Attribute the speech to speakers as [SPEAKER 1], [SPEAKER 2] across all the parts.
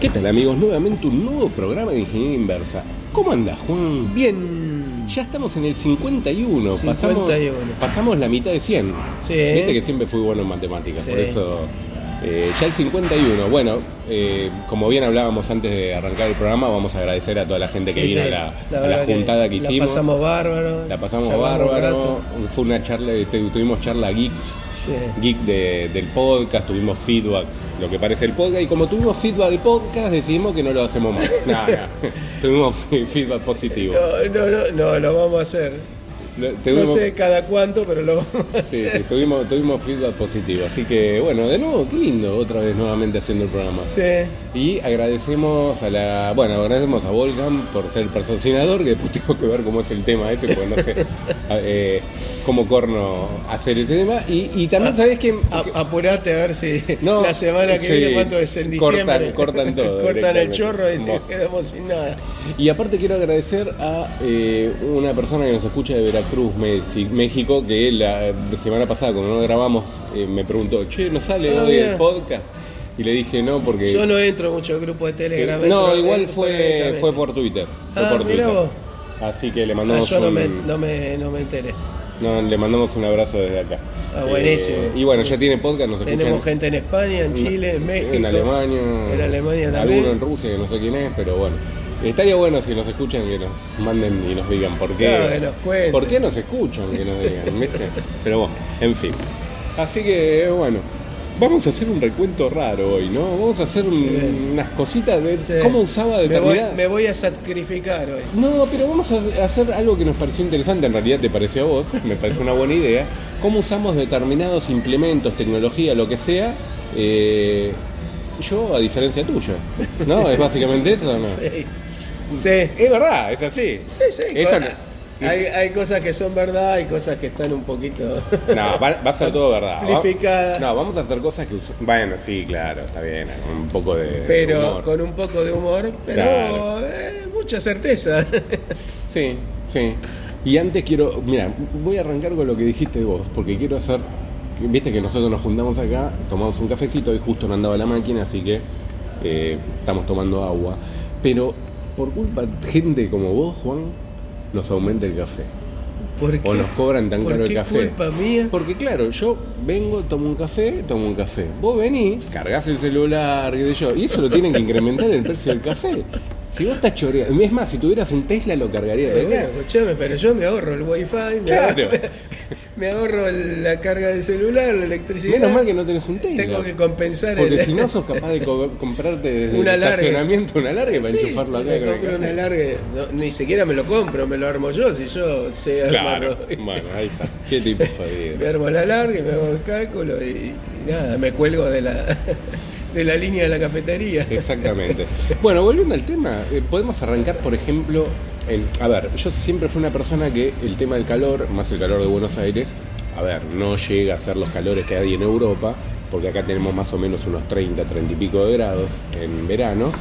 [SPEAKER 1] ¿Qué tal amigos? Nuevamente un nuevo programa de Ingeniería Inversa. ¿Cómo anda Juan?
[SPEAKER 2] Bien.
[SPEAKER 1] Ya estamos en el 51, Pasamos,
[SPEAKER 2] 51.
[SPEAKER 1] pasamos la mitad de 100.
[SPEAKER 2] Sí.
[SPEAKER 1] Viste que siempre fui bueno en matemáticas,
[SPEAKER 2] Sí.
[SPEAKER 1] por eso eh, ya el 51. Bueno, eh, como bien hablábamos antes de arrancar el programa, vamos a agradecer a toda la gente que
[SPEAKER 2] Sí,
[SPEAKER 1] vino
[SPEAKER 2] sí.
[SPEAKER 1] a la, a la
[SPEAKER 2] verdad
[SPEAKER 1] juntada que,
[SPEAKER 2] La
[SPEAKER 1] hicimos.
[SPEAKER 2] pasamos bárbaro.
[SPEAKER 1] La pasamos
[SPEAKER 2] charlamos un
[SPEAKER 1] bárbaro.
[SPEAKER 2] rato.
[SPEAKER 1] Fue una charla, tu- tuvimos charla geeks
[SPEAKER 2] Sí.
[SPEAKER 1] geek de- del podcast, tuvimos feedback, lo que parece el podcast, y como tuvimos feedback del podcast, decidimos que no lo hacemos más. No, no. tuvimos fe- feedback positivo.
[SPEAKER 2] No, no, no, no, lo vamos a hacer.
[SPEAKER 1] Lo- tuvimos,
[SPEAKER 2] No sé cada cuánto, pero lo vamos a
[SPEAKER 1] sí,
[SPEAKER 2] hacer.
[SPEAKER 1] sí, tuvimos, tuvimos feedback positivo. Así que, bueno, de nuevo, qué lindo, otra vez nuevamente haciendo el programa.
[SPEAKER 2] Sí.
[SPEAKER 1] Y agradecemos a la. Bueno, agradecemos a Volcan por ser el patrocinador, que después tengo que ver cómo es el tema ese, porque no sé a- eh, cómo corno hacer ese tema. Y, y también,
[SPEAKER 2] Ah,
[SPEAKER 1] ¿sabés que
[SPEAKER 2] A- apurate a ver si
[SPEAKER 1] No,
[SPEAKER 2] la semana que
[SPEAKER 1] sí.
[SPEAKER 2] viene cuánto es en
[SPEAKER 1] Cortan-
[SPEAKER 2] diciembre.
[SPEAKER 1] cortan todo
[SPEAKER 2] cortan el
[SPEAKER 1] directamente.
[SPEAKER 2] chorro y
[SPEAKER 1] Bueno.
[SPEAKER 2] nos quedamos sin nada.
[SPEAKER 1] Y aparte quiero agradecer a eh, una persona que nos escucha de Veracruz, Mexi- México, que la semana pasada cuando no grabamos eh, me preguntó, che, ¿no sale
[SPEAKER 2] Ah,
[SPEAKER 1] hoy el
[SPEAKER 2] mira.
[SPEAKER 1] podcast? Y le dije no porque...
[SPEAKER 2] Yo no eh, entro mucho al grupo de
[SPEAKER 1] que-
[SPEAKER 2] Telegram.
[SPEAKER 1] no,
[SPEAKER 2] entro-
[SPEAKER 1] igual
[SPEAKER 2] entro
[SPEAKER 1] fue,
[SPEAKER 2] directamente.
[SPEAKER 1] fue por Twitter. Fue
[SPEAKER 2] Ah,
[SPEAKER 1] por
[SPEAKER 2] mirá
[SPEAKER 1] Twitter.
[SPEAKER 2] vos.
[SPEAKER 1] Así que le
[SPEAKER 2] Ah,
[SPEAKER 1] mandamos
[SPEAKER 2] yo no
[SPEAKER 1] un-
[SPEAKER 2] me, no, me, no me enteré.
[SPEAKER 1] no, le mandamos un abrazo desde acá. Eh,
[SPEAKER 2] Ah, buenísimo.
[SPEAKER 1] y bueno, ya tiene podcast, nos escuchan.
[SPEAKER 2] Tenemos gente en España, en Chile, en México.
[SPEAKER 1] En Alemania.
[SPEAKER 2] En Alemania también.
[SPEAKER 1] Alguno en Rusia, que no sé quién es, pero bueno. Estaría bueno si nos escuchan que nos manden y nos digan por qué.
[SPEAKER 2] Claro, que nos cuenten.
[SPEAKER 1] ¿Por qué nos escuchan que nos digan? ¿viste? Pero bueno, en fin. Así que bueno. Vamos a hacer un recuento raro hoy, ¿no? Vamos a hacer un-
[SPEAKER 2] Sí.
[SPEAKER 1] unas cositas de
[SPEAKER 2] Sí.
[SPEAKER 1] cómo usaba
[SPEAKER 2] me voy,
[SPEAKER 1] determinada.
[SPEAKER 2] me voy a sacrificar hoy.
[SPEAKER 1] No, pero vamos a hacer algo que nos pareció interesante, en realidad te pareció a vos, me parece una buena idea, cómo usamos determinados implementos, tecnología, lo que sea, eh, yo a diferencia tuya, ¿no? ¿Es básicamente eso o no?
[SPEAKER 2] Sí. Sí.
[SPEAKER 1] Es verdad, es así.
[SPEAKER 2] Sí, sí,
[SPEAKER 1] Eso
[SPEAKER 2] co-
[SPEAKER 1] no,
[SPEAKER 2] Hay, hay cosas que son verdad, hay cosas que están un poquito.
[SPEAKER 1] no, va, va a ser todo verdad. Va-
[SPEAKER 2] Amplificada.
[SPEAKER 1] No, vamos a hacer cosas que... us- Bueno, sí, claro, está bien, un poco de... de
[SPEAKER 2] pero
[SPEAKER 1] humor.
[SPEAKER 2] con un poco de humor, pero
[SPEAKER 1] Claro.
[SPEAKER 2] eh, mucha certeza.
[SPEAKER 1] Sí, sí. Y antes quiero, mira, voy a arrancar con lo que dijiste vos, porque quiero hacer, viste que nosotros nos juntamos acá, tomamos un cafecito y justo no andaba la máquina, así que eh, estamos tomando agua. Pero por culpa de gente como vos, Juan, nos aumenta el café.
[SPEAKER 2] ¿Por
[SPEAKER 1] O
[SPEAKER 2] qué?
[SPEAKER 1] nos cobran tan
[SPEAKER 2] ¿Por
[SPEAKER 1] caro el
[SPEAKER 2] qué
[SPEAKER 1] café.
[SPEAKER 2] culpa mía?
[SPEAKER 1] Porque claro, yo vengo, tomo un café, tomo un café. Vos venís, cargas el celular, qué sé yo, y eso lo tienen que incrementar el precio del café. Si vos estás choreando, es más, si tuvieras un Tesla lo cargarías de
[SPEAKER 2] Pero bueno,
[SPEAKER 1] acá.
[SPEAKER 2] escuchame, pero yo me ahorro el wifi, me,
[SPEAKER 1] Claro.
[SPEAKER 2] ahorro, me ahorro el- la carga del celular, la electricidad.
[SPEAKER 1] Menos mal que no tenés un Tesla.
[SPEAKER 2] Tengo que compensar
[SPEAKER 1] Porque
[SPEAKER 2] el-
[SPEAKER 1] si no sos capaz de co- comprarte desde
[SPEAKER 2] Una
[SPEAKER 1] el
[SPEAKER 2] larga.
[SPEAKER 1] estacionamiento una larga para
[SPEAKER 2] Sí,
[SPEAKER 1] enchufarlo
[SPEAKER 2] sí,
[SPEAKER 1] acá.
[SPEAKER 2] me
[SPEAKER 1] con el
[SPEAKER 2] compro
[SPEAKER 1] café.
[SPEAKER 2] una larga, no, ni siquiera me lo compro, me lo armo yo, si yo sé
[SPEAKER 1] Claro,
[SPEAKER 2] armarlo.
[SPEAKER 1] bueno, ahí está. Qué tipo
[SPEAKER 2] Me
[SPEAKER 1] jodido.
[SPEAKER 2] armo la larga, me hago el cálculo y, y nada, me cuelgo de la, de la línea de la cafetería.
[SPEAKER 1] Exactamente. Bueno, volviendo al tema, eh, podemos arrancar, por ejemplo, el- a ver, yo siempre fui una persona que el tema del calor, más el calor de Buenos Aires, a ver, no llega a ser los calores que hay en Europa, porque acá tenemos más o menos unos 30, 30 y pico de grados en verano.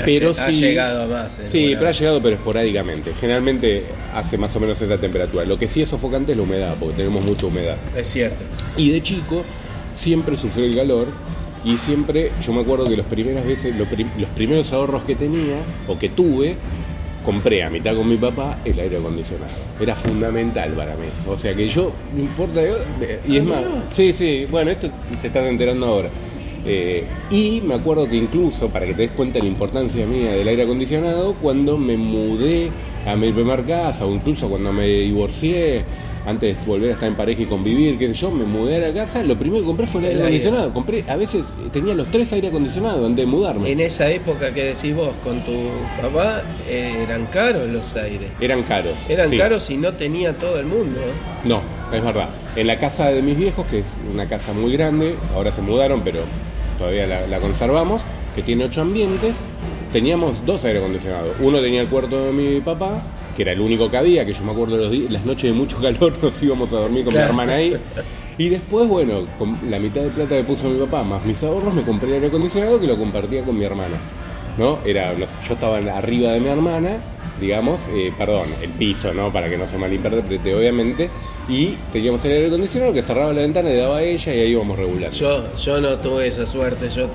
[SPEAKER 2] Ha
[SPEAKER 1] Pero
[SPEAKER 2] lle- ha
[SPEAKER 1] sí-
[SPEAKER 2] llegado a más. en
[SPEAKER 1] Sí,
[SPEAKER 2] una-
[SPEAKER 1] pero ha llegado pero esporádicamente. Generalmente hace más o menos esa temperatura. Lo que sí es sofocante es la humedad, porque tenemos mucha humedad.
[SPEAKER 2] Es cierto.
[SPEAKER 1] Y de chico siempre sufrí el calor y siempre yo me acuerdo que las primeras veces, lo pri- los primeros ahorros que tenía o que tuve, compré a mitad con mi papá el aire acondicionado. Era fundamental para mí. O sea que yo, no importa, eh, y es
[SPEAKER 2] Ah,
[SPEAKER 1] más,
[SPEAKER 2] mirá.
[SPEAKER 1] sí, sí, bueno, esto te estás enterando ahora. Eh, y me acuerdo que incluso, para que te des cuenta de la importancia mía del aire acondicionado, cuando me mudé a mi primer casa, o incluso cuando me divorcié, antes de volver a estar en pareja y convivir, que yo me mudé a la casa, lo primero que compré fue el aire
[SPEAKER 2] El aire.
[SPEAKER 1] acondicionado. Compré, a veces eh, tenía los tres aire acondicionados antes de mudarme.
[SPEAKER 2] En esa época que decís vos con tu papá, eh, eran caros los aires.
[SPEAKER 1] Eran caros.
[SPEAKER 2] Eran
[SPEAKER 1] sí.
[SPEAKER 2] caros y no tenía todo el mundo. ¿eh?
[SPEAKER 1] No, es verdad. En la casa de mis viejos, que es una casa muy grande, ahora se mudaron, pero todavía la, la conservamos, que tiene ocho ambientes, teníamos dos aire acondicionados. Uno tenía el cuarto de mi papá, que era el único que había, que yo me acuerdo los di- las noches de mucho calor nos íbamos a dormir con
[SPEAKER 2] Claro.
[SPEAKER 1] mi hermana ahí. Y después, bueno, con la mitad de plata que puso mi papá, más mis ahorros, me compré el aire acondicionado que lo compartía con mi hermana. ¿No? Era, nos- yo estaba arriba de mi hermana, digamos, eh, perdón, el piso, ¿no? Para que no se malinterprete, obviamente. Y teníamos el aire acondicionado que cerraba la ventana y daba a ella y ahí íbamos regulando.
[SPEAKER 2] Yo, yo no tuve esa suerte. Yo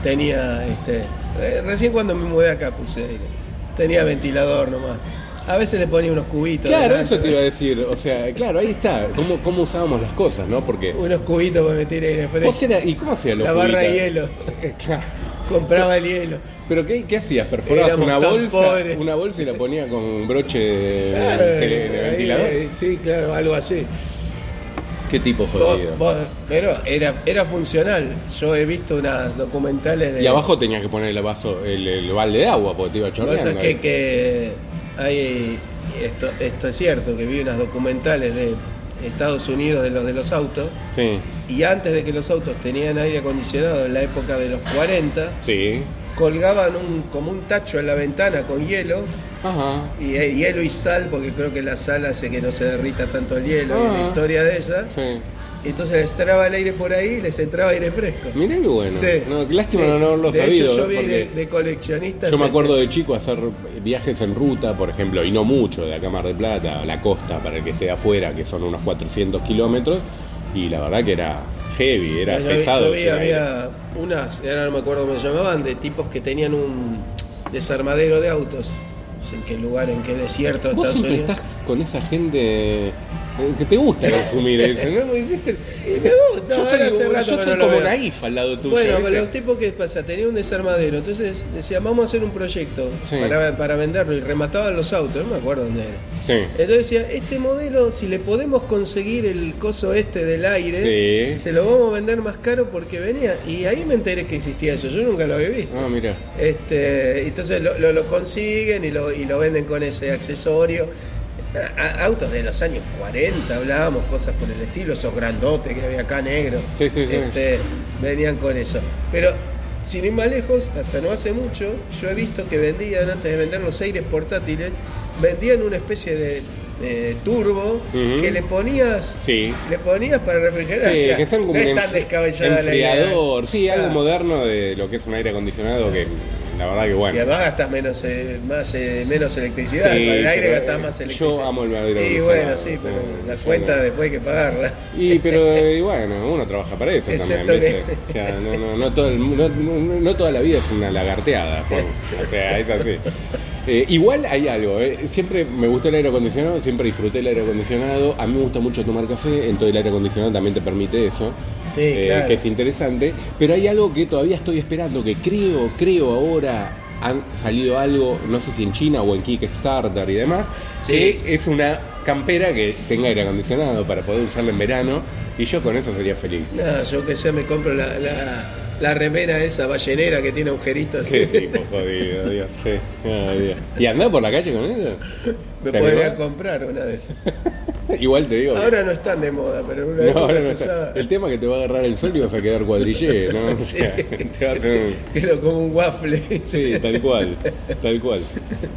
[SPEAKER 2] tenía este, Eh, Recién cuando me mudé acá puse aire. Tenía ventilador nomás. A veces le ponía unos cubitos.
[SPEAKER 1] Claro,
[SPEAKER 2] delante,
[SPEAKER 1] eso te iba a decir. O sea, claro, ahí está. ¿Cómo, cómo usábamos las cosas, no? Porque.
[SPEAKER 2] Unos cubitos para meter aire
[SPEAKER 1] Vos
[SPEAKER 2] fresco.
[SPEAKER 1] era, ¿Y cómo hacías los
[SPEAKER 2] La barra de
[SPEAKER 1] cubitas?
[SPEAKER 2] hielo.
[SPEAKER 1] Claro.
[SPEAKER 2] Compraba el hielo.
[SPEAKER 1] ¿Pero qué, qué hacías? ¿Perforabas
[SPEAKER 2] Éramos
[SPEAKER 1] una
[SPEAKER 2] tan
[SPEAKER 1] bolsa,
[SPEAKER 2] pobres.
[SPEAKER 1] una bolsa y la ponía con un broche de,
[SPEAKER 2] Claro,
[SPEAKER 1] de- de
[SPEAKER 2] ahí,
[SPEAKER 1] ventilador?
[SPEAKER 2] ahí, sí, claro, algo así.
[SPEAKER 1] ¿Qué tipo
[SPEAKER 2] Vos-
[SPEAKER 1] jodido?
[SPEAKER 2] vos- pero era, era funcional. Yo he visto unas documentales de.
[SPEAKER 1] Y abajo tenías que poner el vaso, el, el balde de agua, porque te iba chorreando.
[SPEAKER 2] Cosas que, que hay, esto, esto es cierto, que vi unas documentales de Estados Unidos de los de los autos,
[SPEAKER 1] Sí,
[SPEAKER 2] y antes de que los autos tenían aire acondicionado en la época de los 40,
[SPEAKER 1] sí.
[SPEAKER 2] colgaban un, como un tacho en la ventana con hielo,
[SPEAKER 1] Ajá.
[SPEAKER 2] y eh, hielo y sal, porque creo que la sal hace que no se derrita tanto el hielo, y
[SPEAKER 1] Ah.
[SPEAKER 2] la historia de ella.
[SPEAKER 1] Sí.
[SPEAKER 2] Entonces les entraba el aire por ahí y les entraba aire fresco.
[SPEAKER 1] Mirá qué bueno.
[SPEAKER 2] Sí,
[SPEAKER 1] No, lástima
[SPEAKER 2] sí.
[SPEAKER 1] no haberlo
[SPEAKER 2] de
[SPEAKER 1] sabido.
[SPEAKER 2] Hecho, yo vi
[SPEAKER 1] porque
[SPEAKER 2] de, de coleccionistas.
[SPEAKER 1] yo me
[SPEAKER 2] este,
[SPEAKER 1] acuerdo de chico hacer viajes en ruta, por ejemplo, y no mucho, de acá a Mar del Plata, a la costa, para el que esté afuera, que son unos 400 kilómetros, y la verdad que era heavy, era
[SPEAKER 2] Yo vi-
[SPEAKER 1] pesado.
[SPEAKER 2] Yo vi,
[SPEAKER 1] ese aire.
[SPEAKER 2] había unas, ahora no me acuerdo cómo se llamaban, de tipos que tenían un desarmadero de autos. No sé en qué lugar, en qué desierto de
[SPEAKER 1] Vos
[SPEAKER 2] Estados
[SPEAKER 1] siempre
[SPEAKER 2] Unidos.
[SPEAKER 1] estás con esa gente eh, que te gusta consumir. y dice, no, me hiciste-
[SPEAKER 2] gusta,
[SPEAKER 1] yo
[SPEAKER 2] ahora
[SPEAKER 1] soy,
[SPEAKER 2] hace
[SPEAKER 1] yo
[SPEAKER 2] rato
[SPEAKER 1] soy
[SPEAKER 2] que no lo
[SPEAKER 1] como
[SPEAKER 2] veo.
[SPEAKER 1] naif al lado tuyo.
[SPEAKER 2] Bueno,
[SPEAKER 1] ¿viste?
[SPEAKER 2] pero los tipos que pasa, tenía un desarmadero, entonces decían, vamos a hacer un proyecto
[SPEAKER 1] Sí.
[SPEAKER 2] para, para venderlo y remataban los autos, no me acuerdo dónde era.
[SPEAKER 1] Sí.
[SPEAKER 2] Entonces decía, este modelo, si le podemos conseguir el coso este del aire,
[SPEAKER 1] Sí.
[SPEAKER 2] se lo vamos a vender más caro porque venía. Y ahí me enteré que existía eso, yo nunca lo había visto.
[SPEAKER 1] Ah, mira.
[SPEAKER 2] Este, entonces lo, lo- lo consiguen y lo, y lo venden con ese accesorio. A- a- autos de los años 40 hablábamos, cosas por el estilo, esos grandotes que había acá negro.
[SPEAKER 1] Sí, sí, sí.
[SPEAKER 2] Este, venían con eso. Pero sin ir más lejos, hasta no hace mucho, yo he visto que vendían, antes de vender los aires portátiles, vendían una especie de, eh, turbo
[SPEAKER 1] Ujú.
[SPEAKER 2] que le ponías.
[SPEAKER 1] Sí.
[SPEAKER 2] Le ponías para refrigerar.
[SPEAKER 1] Sí,
[SPEAKER 2] Mirá,
[SPEAKER 1] que sean como
[SPEAKER 2] no es
[SPEAKER 1] un
[SPEAKER 2] tan
[SPEAKER 1] enf-
[SPEAKER 2] descabellada la idea.
[SPEAKER 1] enfriador, sí, algo
[SPEAKER 2] Ah.
[SPEAKER 1] moderno de lo que es un aire acondicionado que la verdad que
[SPEAKER 2] Y
[SPEAKER 1] bueno.
[SPEAKER 2] además gastas menos, eh, más, eh, menos electricidad.
[SPEAKER 1] Sí,
[SPEAKER 2] Con el aire
[SPEAKER 1] pero,
[SPEAKER 2] gastas
[SPEAKER 1] eh,
[SPEAKER 2] más
[SPEAKER 1] yo
[SPEAKER 2] electricidad.
[SPEAKER 1] amo el aire
[SPEAKER 2] Y
[SPEAKER 1] acondicionado,
[SPEAKER 2] bueno, sí, pero
[SPEAKER 1] sí,
[SPEAKER 2] la
[SPEAKER 1] yo
[SPEAKER 2] cuenta
[SPEAKER 1] no.
[SPEAKER 2] después hay que pagarla.
[SPEAKER 1] Y pero eh, y bueno, uno trabaja para eso
[SPEAKER 2] Excepto
[SPEAKER 1] también,
[SPEAKER 2] que-
[SPEAKER 1] ¿viste? O sea, no, no, no, todo el mu- no- no- no toda la vida es una lagarteada, Juan. O sea, es así. Eh, igual hay algo, eh. siempre me gustó el aire acondicionado, siempre disfruté el aire acondicionado, a mí me gusta mucho tomar café, entonces el aire acondicionado también te permite eso,
[SPEAKER 2] Sí,
[SPEAKER 1] eh,
[SPEAKER 2] claro.
[SPEAKER 1] que es interesante, pero hay algo que todavía estoy esperando, que creo, creo ahora han salido algo, no sé si en China o en Kickstarter y demás,
[SPEAKER 2] Sí.
[SPEAKER 1] que es una campera que tenga aire acondicionado para poder usarla en verano y yo con eso sería feliz.
[SPEAKER 2] No, yo que sea me compro la, la, la remera esa ballenera que tiene agujeritos.
[SPEAKER 1] Qué tipo jodido, Dios. sí. Ay, Dios. ¿Y andás por la calle con eso?
[SPEAKER 2] Me
[SPEAKER 1] ¿Te
[SPEAKER 2] podría
[SPEAKER 1] animás?
[SPEAKER 2] comprar una de esas.
[SPEAKER 1] Igual te digo. que-
[SPEAKER 2] Ahora no están de moda, pero en una
[SPEAKER 1] No,
[SPEAKER 2] época
[SPEAKER 1] ahora no
[SPEAKER 2] se
[SPEAKER 1] está.
[SPEAKER 2] usaba.
[SPEAKER 1] El tema es que te va a agarrar el sol y vas a quedar cuadrillero, ¿no? O
[SPEAKER 2] Sí.
[SPEAKER 1] sea, te va a hacer un-
[SPEAKER 2] Quedó como un waffle.
[SPEAKER 1] Sí, tal cual, tal cual.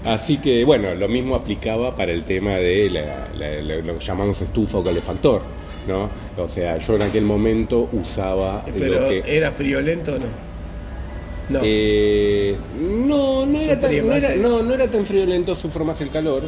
[SPEAKER 1] Así que, bueno, lo mismo aplicaba para el tema de la- la- la- lo que llamamos estufa o calefactor, ¿no? O sea, yo en aquel momento usaba
[SPEAKER 2] Pero
[SPEAKER 1] lo que...
[SPEAKER 2] ¿era friolento o no? No.
[SPEAKER 1] Eh, no, no era, tan, no,
[SPEAKER 2] Sufría más
[SPEAKER 1] era,
[SPEAKER 2] el-
[SPEAKER 1] no, no era tan friolento sufro más el calor.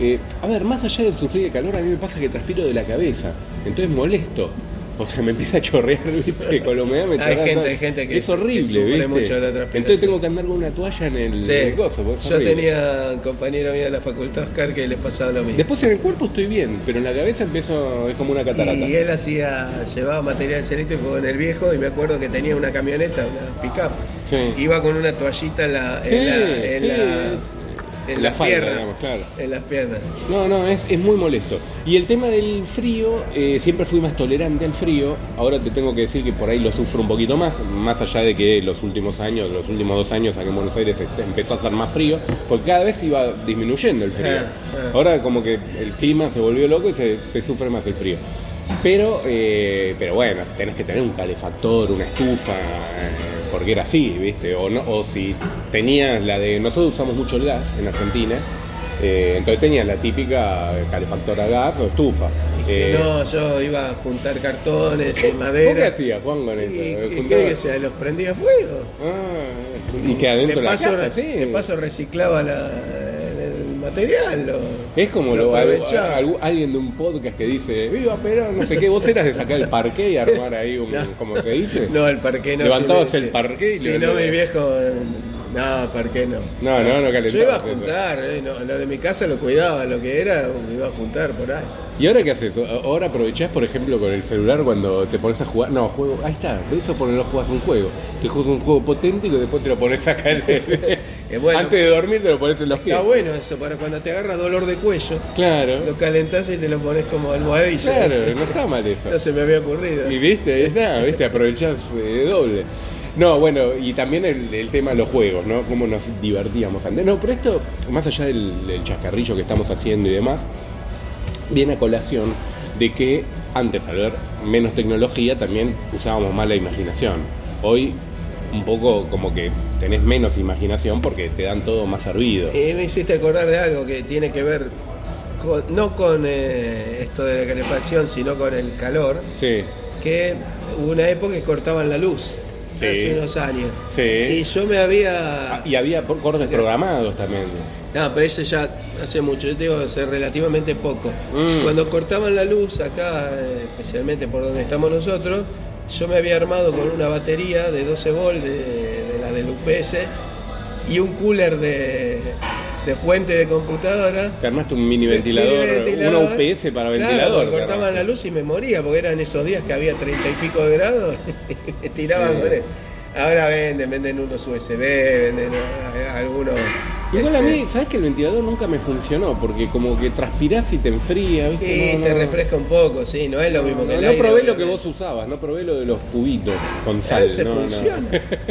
[SPEAKER 1] Eh, a ver, más allá de sufrir el calor, a mí me pasa que transpiro de la cabeza. Entonces molesto. O sea, me empieza a chorrear, ¿viste? Con la humedad me
[SPEAKER 2] Hay
[SPEAKER 1] chorrea
[SPEAKER 2] gente-
[SPEAKER 1] todo.
[SPEAKER 2] hay gente que-
[SPEAKER 1] Es horrible,
[SPEAKER 2] que sufre
[SPEAKER 1] ¿viste?
[SPEAKER 2] mucho la transpiración.
[SPEAKER 1] Entonces tengo que andar con una toalla en el,
[SPEAKER 2] Sí.
[SPEAKER 1] en el coso, porque es
[SPEAKER 2] Yo
[SPEAKER 1] horrible.
[SPEAKER 2] tenía un compañero mío de la facultad, Oscar, que le pasaba lo mismo.
[SPEAKER 1] Después en el cuerpo estoy bien, pero en la cabeza empiezo, es como una catarata.
[SPEAKER 2] Y él hacía, llevaba materiales eléctricos con el viejo y me acuerdo que tenía una camioneta, una pickup.
[SPEAKER 1] Sí.
[SPEAKER 2] Iba con una toallita en la,
[SPEAKER 1] Sí,
[SPEAKER 2] en la- en
[SPEAKER 1] sí,
[SPEAKER 2] la-
[SPEAKER 1] es-
[SPEAKER 2] en
[SPEAKER 1] en la
[SPEAKER 2] las
[SPEAKER 1] falda,
[SPEAKER 2] piernas.
[SPEAKER 1] digamos, claro.
[SPEAKER 2] En las piernas.
[SPEAKER 1] No, no, es, es muy molesto. Y el tema del frío, eh, siempre fui más tolerante al frío. Ahora te tengo que decir que por ahí lo sufro un poquito más, más allá de que los últimos años, los últimos dos años acá en Buenos Aires este, empezó a hacer más frío, porque cada vez iba disminuyendo el frío.
[SPEAKER 2] Ah, ah.
[SPEAKER 1] Ahora como que el clima se volvió loco y se, se sufre más el frío. Pero, eh, pero bueno, tenés que tener un calefactor, una estufa, eh, porque era así, ¿viste? O, no, o si tenías la de... Nosotros usamos mucho el gas en Argentina, eh, entonces tenías la típica calefactor a gas o estufa.
[SPEAKER 2] Y si
[SPEAKER 1] Eh,
[SPEAKER 2] no, yo iba a juntar cartones y
[SPEAKER 1] ¿Vos qué
[SPEAKER 2] madera.
[SPEAKER 1] hacías, Juan, con
[SPEAKER 2] ¿Y,
[SPEAKER 1] esto?
[SPEAKER 2] y qué
[SPEAKER 1] Juntabas-
[SPEAKER 2] que sea? ¿Los prendía a fuego?
[SPEAKER 1] Ah, y que adentro
[SPEAKER 2] de
[SPEAKER 1] de la
[SPEAKER 2] paso,
[SPEAKER 1] casa, sí.
[SPEAKER 2] de paso reciclaba la- el material. lo-
[SPEAKER 1] Es como
[SPEAKER 2] lo
[SPEAKER 1] lo, algo-
[SPEAKER 2] aprovechaba.
[SPEAKER 1] algo- alguien de un podcast que dice, viva Perón, no sé qué, vos eras de sacar el parqué y armar ahí un,
[SPEAKER 2] No.
[SPEAKER 1] como se dice.
[SPEAKER 2] No, el parqué no.
[SPEAKER 1] Levantabas
[SPEAKER 2] yo me-
[SPEAKER 1] el parqué y
[SPEAKER 2] Si
[SPEAKER 1] lo-
[SPEAKER 2] no, mi viejo eh, No, ¿por qué no?
[SPEAKER 1] No, no, no calentaba.
[SPEAKER 2] Yo iba a
[SPEAKER 1] eso.
[SPEAKER 2] juntar, eh, no, lo de mi casa lo cuidaba, lo que era, me iba a juntar por ahí.
[SPEAKER 1] ¿Y ahora qué haces? Ahora aprovechás, por ejemplo, con el celular cuando te pones a jugar. No, juego. Ahí está, de eso por no jugás un juego. Te juegas un juego potente y después te lo pones acá. en el-
[SPEAKER 2] Eh, bueno.
[SPEAKER 1] Antes de dormir te lo pones en los pies.
[SPEAKER 2] Está bueno eso, para cuando te agarra dolor de cuello,
[SPEAKER 1] Claro.
[SPEAKER 2] lo calentás y te lo pones como almohadilla.
[SPEAKER 1] Claro, no está mal eso.
[SPEAKER 2] No se me había ocurrido.
[SPEAKER 1] Y viste, es nada, viste, aprovechás eh, doble. No, bueno, y también el, el tema de los juegos, ¿no? Cómo nos divertíamos antes. No, pero esto, más allá del, del chascarrillo que estamos haciendo y demás, viene a colación de que antes, al ver menos tecnología, también usábamos más la imaginación. Hoy, un poco como que tenés menos imaginación porque te dan todo más servido.
[SPEAKER 2] Eh, me hiciste acordar de algo que tiene que ver, con- no con eh, esto de la calefacción, sino con el calor,
[SPEAKER 1] Sí,
[SPEAKER 2] que hubo una época que cortaban la luz,
[SPEAKER 1] Sí.
[SPEAKER 2] hace unos años. Y
[SPEAKER 1] sí.
[SPEAKER 2] yo me había...
[SPEAKER 1] Ah, Y, había por- cortes programados también.
[SPEAKER 2] No, pero eso ya hace mucho, yo te digo, hace relativamente poco.
[SPEAKER 1] Mm.
[SPEAKER 2] Cuando cortaban la luz acá, eh, especialmente por donde estamos nosotros, yo me había armado con una batería de 12 volts, de, de la del UPS, y un cooler de, de fuente de computadora.
[SPEAKER 1] Te armaste un mini ventilador,
[SPEAKER 2] Mini ventilador.
[SPEAKER 1] una UPS para
[SPEAKER 2] Claro,
[SPEAKER 1] ventilador.
[SPEAKER 2] porque cortaban la luz y me moría, porque eran esos días que había 30 y pico de grados, y me tiraban
[SPEAKER 1] Sí.
[SPEAKER 2] con él. Ahora venden, venden unos USB, venden a- a- algunos...
[SPEAKER 1] Igual a
[SPEAKER 2] este,
[SPEAKER 1] mí, ¿sabes que el ventilador nunca me funcionó? Porque como que transpirás y te enfría, ¿viste?
[SPEAKER 2] Y
[SPEAKER 1] No,
[SPEAKER 2] te
[SPEAKER 1] no.
[SPEAKER 2] refresca un poco, sí, no es lo mismo que
[SPEAKER 1] No,
[SPEAKER 2] el
[SPEAKER 1] no
[SPEAKER 2] aire,
[SPEAKER 1] probé lo que vos
[SPEAKER 2] obviamente.
[SPEAKER 1] usabas, no probé lo de los cubitos con
[SPEAKER 2] Ah,
[SPEAKER 1] sal.
[SPEAKER 2] Eso
[SPEAKER 1] no, no.
[SPEAKER 2] funciona,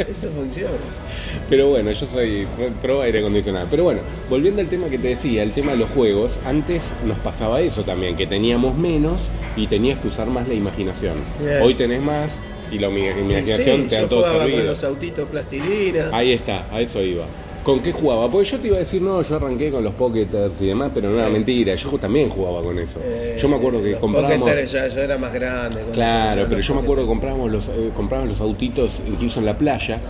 [SPEAKER 2] eso funciona.
[SPEAKER 1] Pero bueno, yo soy pro aire acondicionado. Pero bueno, volviendo al tema que te decía, el tema de los juegos, antes nos pasaba eso también, que teníamos menos y tenías que usar más la imaginación.
[SPEAKER 2] Bien.
[SPEAKER 1] Hoy tenés más y la mi- imaginación
[SPEAKER 2] Sí,
[SPEAKER 1] te da
[SPEAKER 2] yo
[SPEAKER 1] todo
[SPEAKER 2] jugaba
[SPEAKER 1] servido.
[SPEAKER 2] con los autitos plastilina.
[SPEAKER 1] Ahí está, a eso iba. ¿Con qué jugaba? Porque yo te iba a decir, no, yo arranqué con los Pocketers y demás, pero no era
[SPEAKER 2] Sí.
[SPEAKER 1] mentira, yo también jugaba con eso.
[SPEAKER 2] eh,
[SPEAKER 1] yo me acuerdo que
[SPEAKER 2] los
[SPEAKER 1] comprábamos.
[SPEAKER 2] Pocket Terra ya, yo era más grande. cuando
[SPEAKER 1] Claro,
[SPEAKER 2] comenzaron
[SPEAKER 1] pero
[SPEAKER 2] los
[SPEAKER 1] yo me acuerdo que
[SPEAKER 2] Pocket
[SPEAKER 1] comprábamos los, eh, comprábamos los autitos, incluso en la playa.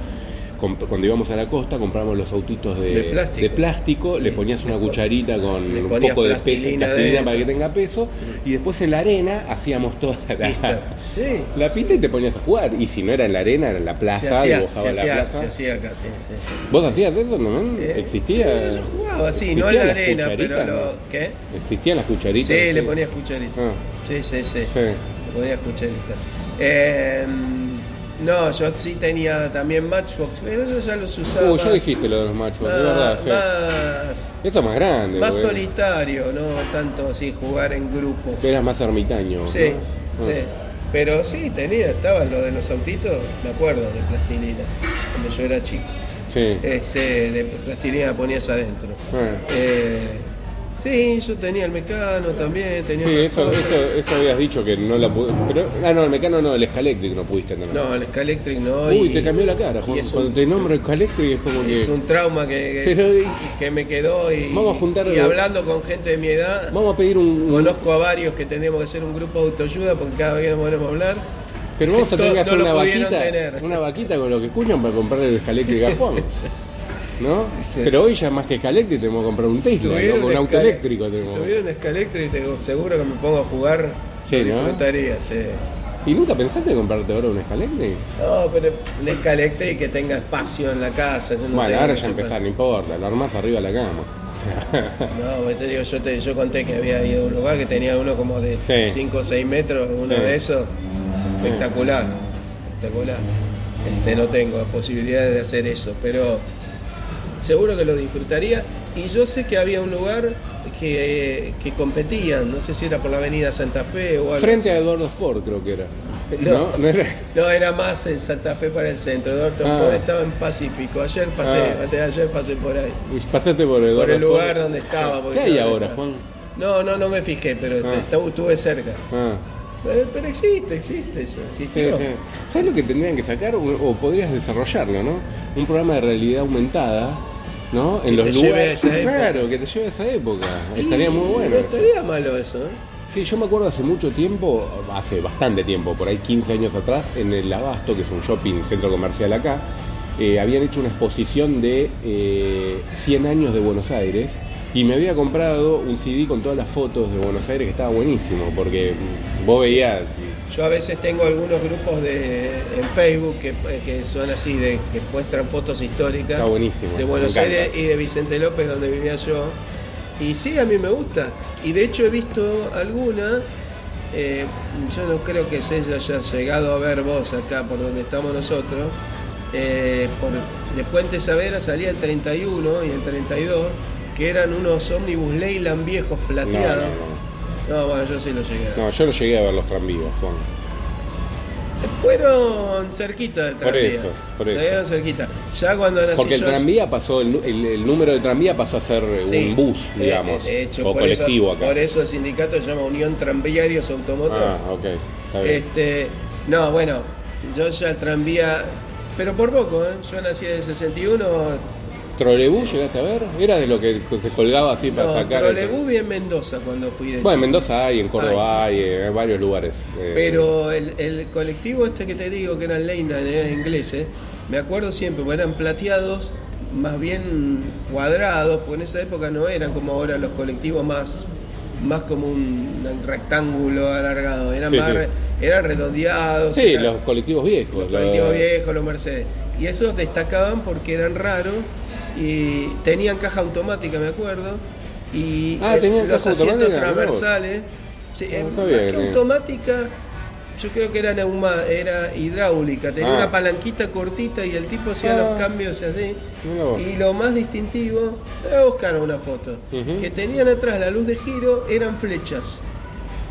[SPEAKER 1] com- Cuando íbamos a la costa, comprábamos los autitos de,
[SPEAKER 2] De plástico.
[SPEAKER 1] plástico, le ponías una
[SPEAKER 2] Le pon-
[SPEAKER 1] cucharita con
[SPEAKER 2] le
[SPEAKER 1] un
[SPEAKER 2] ponías
[SPEAKER 1] poco de peso,
[SPEAKER 2] plastilina
[SPEAKER 1] plastilina para que
[SPEAKER 2] adentro.
[SPEAKER 1] tenga peso, y después en la arena hacíamos toda
[SPEAKER 2] Terra.
[SPEAKER 1] la,
[SPEAKER 2] Listo. Sí.
[SPEAKER 1] la pista y te ponías a jugar. Y si no era en la arena, era en la plaza,
[SPEAKER 2] se hacía,
[SPEAKER 1] dibujaba
[SPEAKER 2] se
[SPEAKER 1] la
[SPEAKER 2] hacía,
[SPEAKER 1] plaza.
[SPEAKER 2] se hacía acá, sí, sí, sí.
[SPEAKER 1] ¿Vos hacías eso? ¿No?
[SPEAKER 2] Eh,
[SPEAKER 1] ¿Existía?
[SPEAKER 2] Yo jugaba, sí, no en la
[SPEAKER 1] ¿Existían las
[SPEAKER 2] arena, pero
[SPEAKER 1] cucharitas,
[SPEAKER 2] lo...
[SPEAKER 1] no?
[SPEAKER 2] ¿Qué?
[SPEAKER 1] ¿Existían las cucharitas?
[SPEAKER 2] Sí, le
[SPEAKER 1] Sí.
[SPEAKER 2] ponías cucharita.
[SPEAKER 1] Ah,
[SPEAKER 2] Sí, sí, sí.
[SPEAKER 1] sí.
[SPEAKER 2] Lo podía escuchar esta. Eh, no, yo sí tenía también Matchbox, pero eso ya los usaba.
[SPEAKER 1] Uh, ya
[SPEAKER 2] más-
[SPEAKER 1] dijiste lo de los machos,
[SPEAKER 2] más,
[SPEAKER 1] de verdad, sí.
[SPEAKER 2] más,
[SPEAKER 1] Eso es más grande.
[SPEAKER 2] más
[SPEAKER 1] porque
[SPEAKER 2] solitario, no tanto así jugar en grupo.
[SPEAKER 1] que Eras más ermitaño.
[SPEAKER 2] Sí,
[SPEAKER 1] ¿no? Ah.
[SPEAKER 2] sí. Pero sí tenía, estaban lo de los autitos, me acuerdo, de plastilina, cuando yo era chico.
[SPEAKER 1] Ah, sí.
[SPEAKER 2] Este, de plastilina ponías adentro.
[SPEAKER 1] Ah.
[SPEAKER 2] Eh, sí, yo tenía el mecano también, tenía
[SPEAKER 1] Sí,
[SPEAKER 2] otras
[SPEAKER 1] eso,
[SPEAKER 2] cosas.
[SPEAKER 1] eso, eso habías dicho que no la pude. Pero, ah, no, el mecano no, el escaléctric no pudiste tener.
[SPEAKER 2] No, el Scalectric no.
[SPEAKER 1] Uy,
[SPEAKER 2] y-
[SPEAKER 1] te cambió la cara,
[SPEAKER 2] y
[SPEAKER 1] Juan.
[SPEAKER 2] es
[SPEAKER 1] Cuando
[SPEAKER 2] un-
[SPEAKER 1] te nombro escaléctric es como que.
[SPEAKER 2] Es un trauma que, que,
[SPEAKER 1] Pero, y-
[SPEAKER 2] que me quedó y,
[SPEAKER 1] Vamos a juntar-
[SPEAKER 2] y hablando con gente de mi edad,
[SPEAKER 1] Vamos a pedir un.
[SPEAKER 2] conozco a varios que tenemos que hacer un grupo de autoayuda porque cada vez que nos ponemos a hablar.
[SPEAKER 1] Pero vamos a tener
[SPEAKER 2] No-
[SPEAKER 1] que
[SPEAKER 2] no
[SPEAKER 1] hacer
[SPEAKER 2] lo
[SPEAKER 1] una
[SPEAKER 2] pudieron
[SPEAKER 1] vaquita,
[SPEAKER 2] tener.
[SPEAKER 1] una vaquita con lo que escuchan para comprar el escaléctric a Juan. ¿No?
[SPEAKER 2] Sí,
[SPEAKER 1] Pero
[SPEAKER 2] sí.
[SPEAKER 1] hoy ya más que escaléctric tenemos que comprar un Tesla, ¿no? Con un auto
[SPEAKER 2] escale-
[SPEAKER 1] eléctrico
[SPEAKER 2] Si
[SPEAKER 1] tenemos.
[SPEAKER 2] tuviera un Scalectric, te digo, seguro que me pongo a jugar.
[SPEAKER 1] Sí,
[SPEAKER 2] lo
[SPEAKER 1] ¿no?
[SPEAKER 2] Disfrutaría, sí.
[SPEAKER 1] ¿Y nunca pensaste en comprarte ahora un escaléctric?
[SPEAKER 2] No, pero un Scalectric que tenga espacio en la casa. yo no
[SPEAKER 1] bueno,
[SPEAKER 2] tengo
[SPEAKER 1] ahora
[SPEAKER 2] mucho
[SPEAKER 1] ya empezar,
[SPEAKER 2] para-
[SPEAKER 1] no importa, lo armás arriba de la cama. O sea,
[SPEAKER 2] No, pues te digo, yo, te, yo conté que había ido a un lugar que tenía uno como de
[SPEAKER 1] Sí.
[SPEAKER 2] 5 o 6 metros, uno
[SPEAKER 1] Sí.
[SPEAKER 2] de esos. Espectacular, espectacular. Este, no tengo posibilidades de hacer eso, pero seguro que lo disfrutaría. Y yo sé que había un lugar que, que competían, no sé si era por la avenida Santa Fe o algo.
[SPEAKER 1] Frente a
[SPEAKER 2] así.
[SPEAKER 1] Eduardo Sport creo que era.
[SPEAKER 2] No.
[SPEAKER 1] No, no era.
[SPEAKER 2] No, era más en Santa Fe para el centro. Dorton
[SPEAKER 1] Ah.
[SPEAKER 2] Ford estaba en Pacífico. Ayer pasé,
[SPEAKER 1] Ah.
[SPEAKER 2] antes de ayer pasé por ahí.
[SPEAKER 1] Pasaste por Eduardo
[SPEAKER 2] por el lugar
[SPEAKER 1] Sport.
[SPEAKER 2] donde estaba. porque
[SPEAKER 1] ¿Qué hay
[SPEAKER 2] estaba-
[SPEAKER 1] ahora, Juan?
[SPEAKER 2] No, no, no me fijé, pero
[SPEAKER 1] Ah.
[SPEAKER 2] est- estu- estuve cerca.
[SPEAKER 1] Ah,
[SPEAKER 2] Pero, pero existe, existe eso.
[SPEAKER 1] sí,
[SPEAKER 2] existió.
[SPEAKER 1] sí. ¿Sabes lo que tendrían que sacar? O, o podrías desarrollarlo, ¿no? Un programa de realidad aumentada, ¿no? En
[SPEAKER 2] Que
[SPEAKER 1] los
[SPEAKER 2] te lleve a
[SPEAKER 1] lugares.
[SPEAKER 2] esa época.
[SPEAKER 1] claro, que te lleve a esa época. Estaría muy bueno.
[SPEAKER 2] No
[SPEAKER 1] eso.
[SPEAKER 2] estaría malo eso, ¿eh?
[SPEAKER 1] Sí, yo me acuerdo hace mucho tiempo, hace bastante tiempo, por ahí 15 años atrás, en el Abasto, que es un shopping, centro comercial acá, eh, habían hecho una exposición de eh, 100 años de Buenos Aires y me había comprado un CD con todas las fotos de Buenos Aires que estaba buenísimo, porque vos veías...
[SPEAKER 2] Yo a veces tengo algunos grupos de, en Facebook que, eh, que son así, de, que muestran fotos históricas
[SPEAKER 1] Está buenísimo,
[SPEAKER 2] de
[SPEAKER 1] me
[SPEAKER 2] Buenos
[SPEAKER 1] encanta.
[SPEAKER 2] Aires y de Vicente López, donde vivía yo. Y sí, a mí me gusta. Y de hecho he visto alguna. eh, yo no creo que se haya llegado a ver vos acá por donde estamos nosotros. eh, por- de Puente Savera salía el 31 y el 32, que eran unos ómnibus Leyland viejos
[SPEAKER 1] No, no,
[SPEAKER 2] plateados.
[SPEAKER 1] no.
[SPEAKER 2] No, bueno, yo sí lo llegué. a ver.
[SPEAKER 1] No, yo no llegué a ver los tranvías, Juan.
[SPEAKER 2] Fueron cerquita del
[SPEAKER 1] Por
[SPEAKER 2] tranvía.
[SPEAKER 1] eso, por eso.
[SPEAKER 2] Fueron cerquita. Ya cuando nací
[SPEAKER 1] Porque el
[SPEAKER 2] yo-
[SPEAKER 1] tranvía pasó, el, nu- el- el número de tranvía pasó a ser eh,
[SPEAKER 2] Sí.
[SPEAKER 1] un bus,
[SPEAKER 2] Eh,
[SPEAKER 1] digamos,
[SPEAKER 2] de hecho,
[SPEAKER 1] o
[SPEAKER 2] por
[SPEAKER 1] colectivo
[SPEAKER 2] eso,
[SPEAKER 1] acá.
[SPEAKER 2] Por eso el sindicato se llama Unión Tranviarios Automotores.
[SPEAKER 1] ah, ok, está bien.
[SPEAKER 2] este, no, bueno, yo ya el tranvía, pero por poco, ¿eh? yo nací en el 61,
[SPEAKER 1] ¿Trolebús llegaste a ver? Era de lo que se colgaba así para
[SPEAKER 2] no,
[SPEAKER 1] sacar... el-
[SPEAKER 2] trolebús vi en Mendoza cuando fui de
[SPEAKER 1] Bueno, en
[SPEAKER 2] chico.
[SPEAKER 1] Mendoza hay, en Córdoba hay, eh, en varios lugares. eh.
[SPEAKER 2] Pero el, el colectivo este que te digo, que eran Leyland, eran ingleses, me acuerdo siempre, porque eran plateados, más bien cuadrados, porque en esa época no eran como ahora los colectivos más, más como un rectángulo alargado, eran
[SPEAKER 1] Sí,
[SPEAKER 2] más
[SPEAKER 1] sí.
[SPEAKER 2] re- eran redondeados.
[SPEAKER 1] Sí,
[SPEAKER 2] eran-
[SPEAKER 1] los colectivos viejos.
[SPEAKER 2] los
[SPEAKER 1] la-
[SPEAKER 2] colectivos viejos, los Mercedes. Y esos destacaban porque eran raros y tenían caja automática, me acuerdo. Y
[SPEAKER 1] Ah,
[SPEAKER 2] eh,
[SPEAKER 1] tenían
[SPEAKER 2] los
[SPEAKER 1] caja
[SPEAKER 2] asientos
[SPEAKER 1] automática, mirá vos.
[SPEAKER 2] transversales. Sí,
[SPEAKER 1] Ah,
[SPEAKER 2] eh,
[SPEAKER 1] está
[SPEAKER 2] más
[SPEAKER 1] bien,
[SPEAKER 2] que
[SPEAKER 1] eh.
[SPEAKER 2] automática, yo creo que era, neuma- era hidráulica. Tenía
[SPEAKER 1] Ah.
[SPEAKER 2] una palanquita cortita y el tipo hacía
[SPEAKER 1] Ah.
[SPEAKER 2] los cambios así.
[SPEAKER 1] Mirá vos.
[SPEAKER 2] Y lo más distintivo, voy a buscar una foto,
[SPEAKER 1] Ujú.
[SPEAKER 2] que tenían atrás la luz de giro, eran flechas.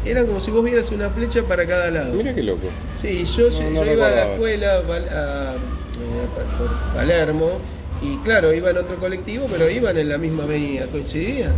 [SPEAKER 2] Eran como si vos vieras una flecha para cada lado.
[SPEAKER 1] Mirá qué loco.
[SPEAKER 2] Sí, yo,
[SPEAKER 1] No,
[SPEAKER 2] yo
[SPEAKER 1] no
[SPEAKER 2] iba a la
[SPEAKER 1] recordaba.
[SPEAKER 2] escuela Val- a, eh, pa- por Palermo y claro, iba en otro colectivo, pero iban en la misma avenida, coincidían.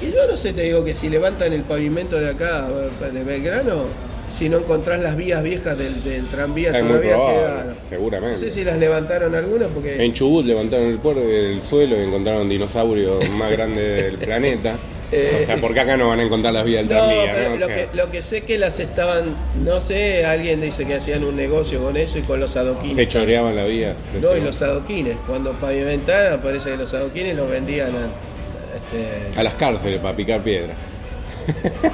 [SPEAKER 2] Y yo no sé, te digo que si levantan el pavimento de acá, de Belgrano, si no encontrás las vías viejas del, del tranvía
[SPEAKER 1] Es muy
[SPEAKER 2] todavía
[SPEAKER 1] probable,
[SPEAKER 2] quedaron. No
[SPEAKER 1] seguramente.
[SPEAKER 2] sé si las levantaron algunas
[SPEAKER 1] En
[SPEAKER 2] porque...
[SPEAKER 1] Chubut levantaron el, puer- el suelo y encontraron dinosaurios más grandes del planeta.
[SPEAKER 2] Eh,
[SPEAKER 1] o sea, porque acá no van a encontrar las vías del
[SPEAKER 2] No,
[SPEAKER 1] tranvía,
[SPEAKER 2] pero
[SPEAKER 1] ¿no? O
[SPEAKER 2] lo,
[SPEAKER 1] sea,
[SPEAKER 2] que, lo que sé que las estaban, no sé, alguien dice que hacían un negocio con eso y con los adoquines.
[SPEAKER 1] Se choreaban las vías.
[SPEAKER 2] No, y
[SPEAKER 1] decían.
[SPEAKER 2] los adoquines. Cuando pavimentaron, parece que los adoquines los vendían a, este,
[SPEAKER 1] A las cárceles para picar piedra.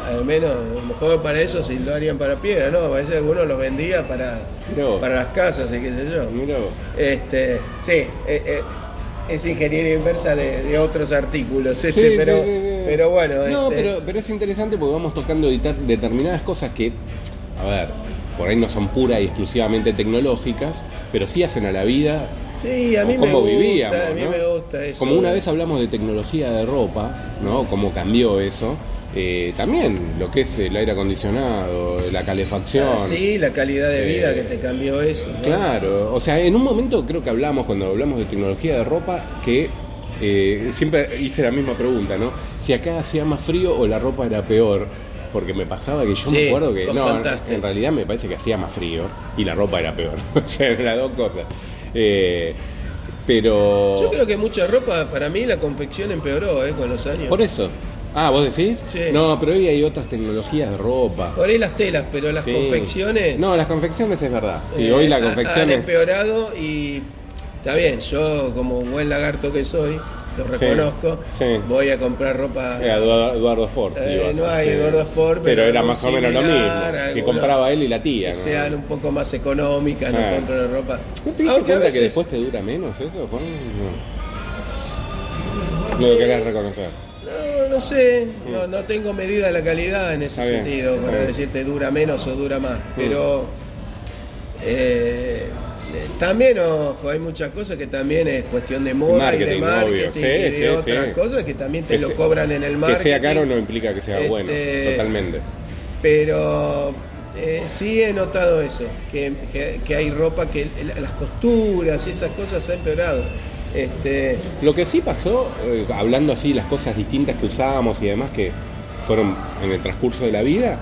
[SPEAKER 2] al menos, a lo mejor para eso si lo harían para piedra, ¿no? Parece que algunos los vendía para,
[SPEAKER 1] Mirá vos.
[SPEAKER 2] para las casas y qué sé yo.
[SPEAKER 1] Mirá vos.
[SPEAKER 2] Este, sí, eh, eh, es ingeniería inversa de, de otros artículos,
[SPEAKER 1] Sí,
[SPEAKER 2] este,
[SPEAKER 1] sí,
[SPEAKER 2] pero,
[SPEAKER 1] sí, sí.
[SPEAKER 2] pero bueno.
[SPEAKER 1] No,
[SPEAKER 2] este,
[SPEAKER 1] pero, pero es interesante porque vamos tocando dita- determinadas cosas que, a ver, por ahí no son pura y exclusivamente tecnológicas, pero sí hacen a la vida.
[SPEAKER 2] Sí, a
[SPEAKER 1] o
[SPEAKER 2] mí me
[SPEAKER 1] cómo
[SPEAKER 2] gusta,
[SPEAKER 1] vivíamos,
[SPEAKER 2] a mí
[SPEAKER 1] ¿no?
[SPEAKER 2] me gusta eso. eh.
[SPEAKER 1] Como una vez hablamos de tecnología de ropa, ¿no? Cómo cambió eso. eh, también lo que es el aire acondicionado, la calefacción.
[SPEAKER 2] Ah, Sí, la calidad de vida
[SPEAKER 1] Eh,
[SPEAKER 2] que te cambió eso. ¿no?
[SPEAKER 1] Claro, o sea, en un momento creo que hablamos, cuando hablamos de tecnología de ropa, que eh, siempre hice la misma pregunta, ¿no? Si acá hacía más frío o la ropa era peor, porque me pasaba que yo
[SPEAKER 2] Sí,
[SPEAKER 1] me acuerdo que...
[SPEAKER 2] vos
[SPEAKER 1] No,
[SPEAKER 2] contaste.
[SPEAKER 1] en realidad me parece que hacía más frío y la ropa era peor, o sea, eran las dos cosas. Eh, pero...
[SPEAKER 2] Yo creo que mucha ropa, para mí la confección empeoró eh, con los años.
[SPEAKER 1] Por eso. Ah, ¿vos decís?
[SPEAKER 2] Sí.
[SPEAKER 1] No, pero hoy hay otras tecnologías de ropa.
[SPEAKER 2] Por ahí las telas, pero las
[SPEAKER 1] Sí.
[SPEAKER 2] confecciones.
[SPEAKER 1] No, las confecciones es verdad. Sí,
[SPEAKER 2] eh,
[SPEAKER 1] hoy la
[SPEAKER 2] ha-
[SPEAKER 1] confección
[SPEAKER 2] Han
[SPEAKER 1] es...
[SPEAKER 2] empeorado y. Está bien, yo como un buen lagarto que soy, lo reconozco,
[SPEAKER 1] sí.
[SPEAKER 2] voy a comprar ropa.
[SPEAKER 1] Era Eduardo, eh, Eduardo Sport.
[SPEAKER 2] Eh,
[SPEAKER 1] iba a
[SPEAKER 2] no
[SPEAKER 1] ser,
[SPEAKER 2] hay
[SPEAKER 1] sí.
[SPEAKER 2] Eduardo Sport,
[SPEAKER 1] pero,
[SPEAKER 2] pero
[SPEAKER 1] era
[SPEAKER 2] algo
[SPEAKER 1] más o menos lo mismo.
[SPEAKER 2] similar,
[SPEAKER 1] Que
[SPEAKER 2] alguno-
[SPEAKER 1] compraba él y la tía.
[SPEAKER 2] que
[SPEAKER 1] ¿no?
[SPEAKER 2] sean un poco más económicas,
[SPEAKER 1] Ah.
[SPEAKER 2] no compro ropa.
[SPEAKER 1] ¿No te diste
[SPEAKER 2] Aunque a
[SPEAKER 1] cuenta que
[SPEAKER 2] veces-
[SPEAKER 1] después te dura menos eso, Juan? No. No lo querés reconocer.
[SPEAKER 2] No, no sé, no, no tengo medida de la calidad en ese
[SPEAKER 1] Está bien,
[SPEAKER 2] sentido,
[SPEAKER 1] está
[SPEAKER 2] para
[SPEAKER 1] bien. Mm.
[SPEAKER 2] decirte dura menos o dura más, pero eh, eh, también ojo, hay muchas cosas que también es cuestión de moda y de
[SPEAKER 1] Marketing, obvio.
[SPEAKER 2] marketing
[SPEAKER 1] Sí,
[SPEAKER 2] y de
[SPEAKER 1] sí,
[SPEAKER 2] otras
[SPEAKER 1] sí.
[SPEAKER 2] cosas que también te
[SPEAKER 1] Que
[SPEAKER 2] lo
[SPEAKER 1] se-
[SPEAKER 2] cobran en el marketing.
[SPEAKER 1] Que sea caro no implica que sea
[SPEAKER 2] Este,
[SPEAKER 1] bueno, totalmente.
[SPEAKER 2] Pero eh, sí he notado eso, que, que- que hay ropa que la- las costuras y esas cosas se han empeorado. Este,
[SPEAKER 1] Lo que sí pasó, eh, hablando así de las cosas distintas que usábamos y demás que fueron en el transcurso de la vida,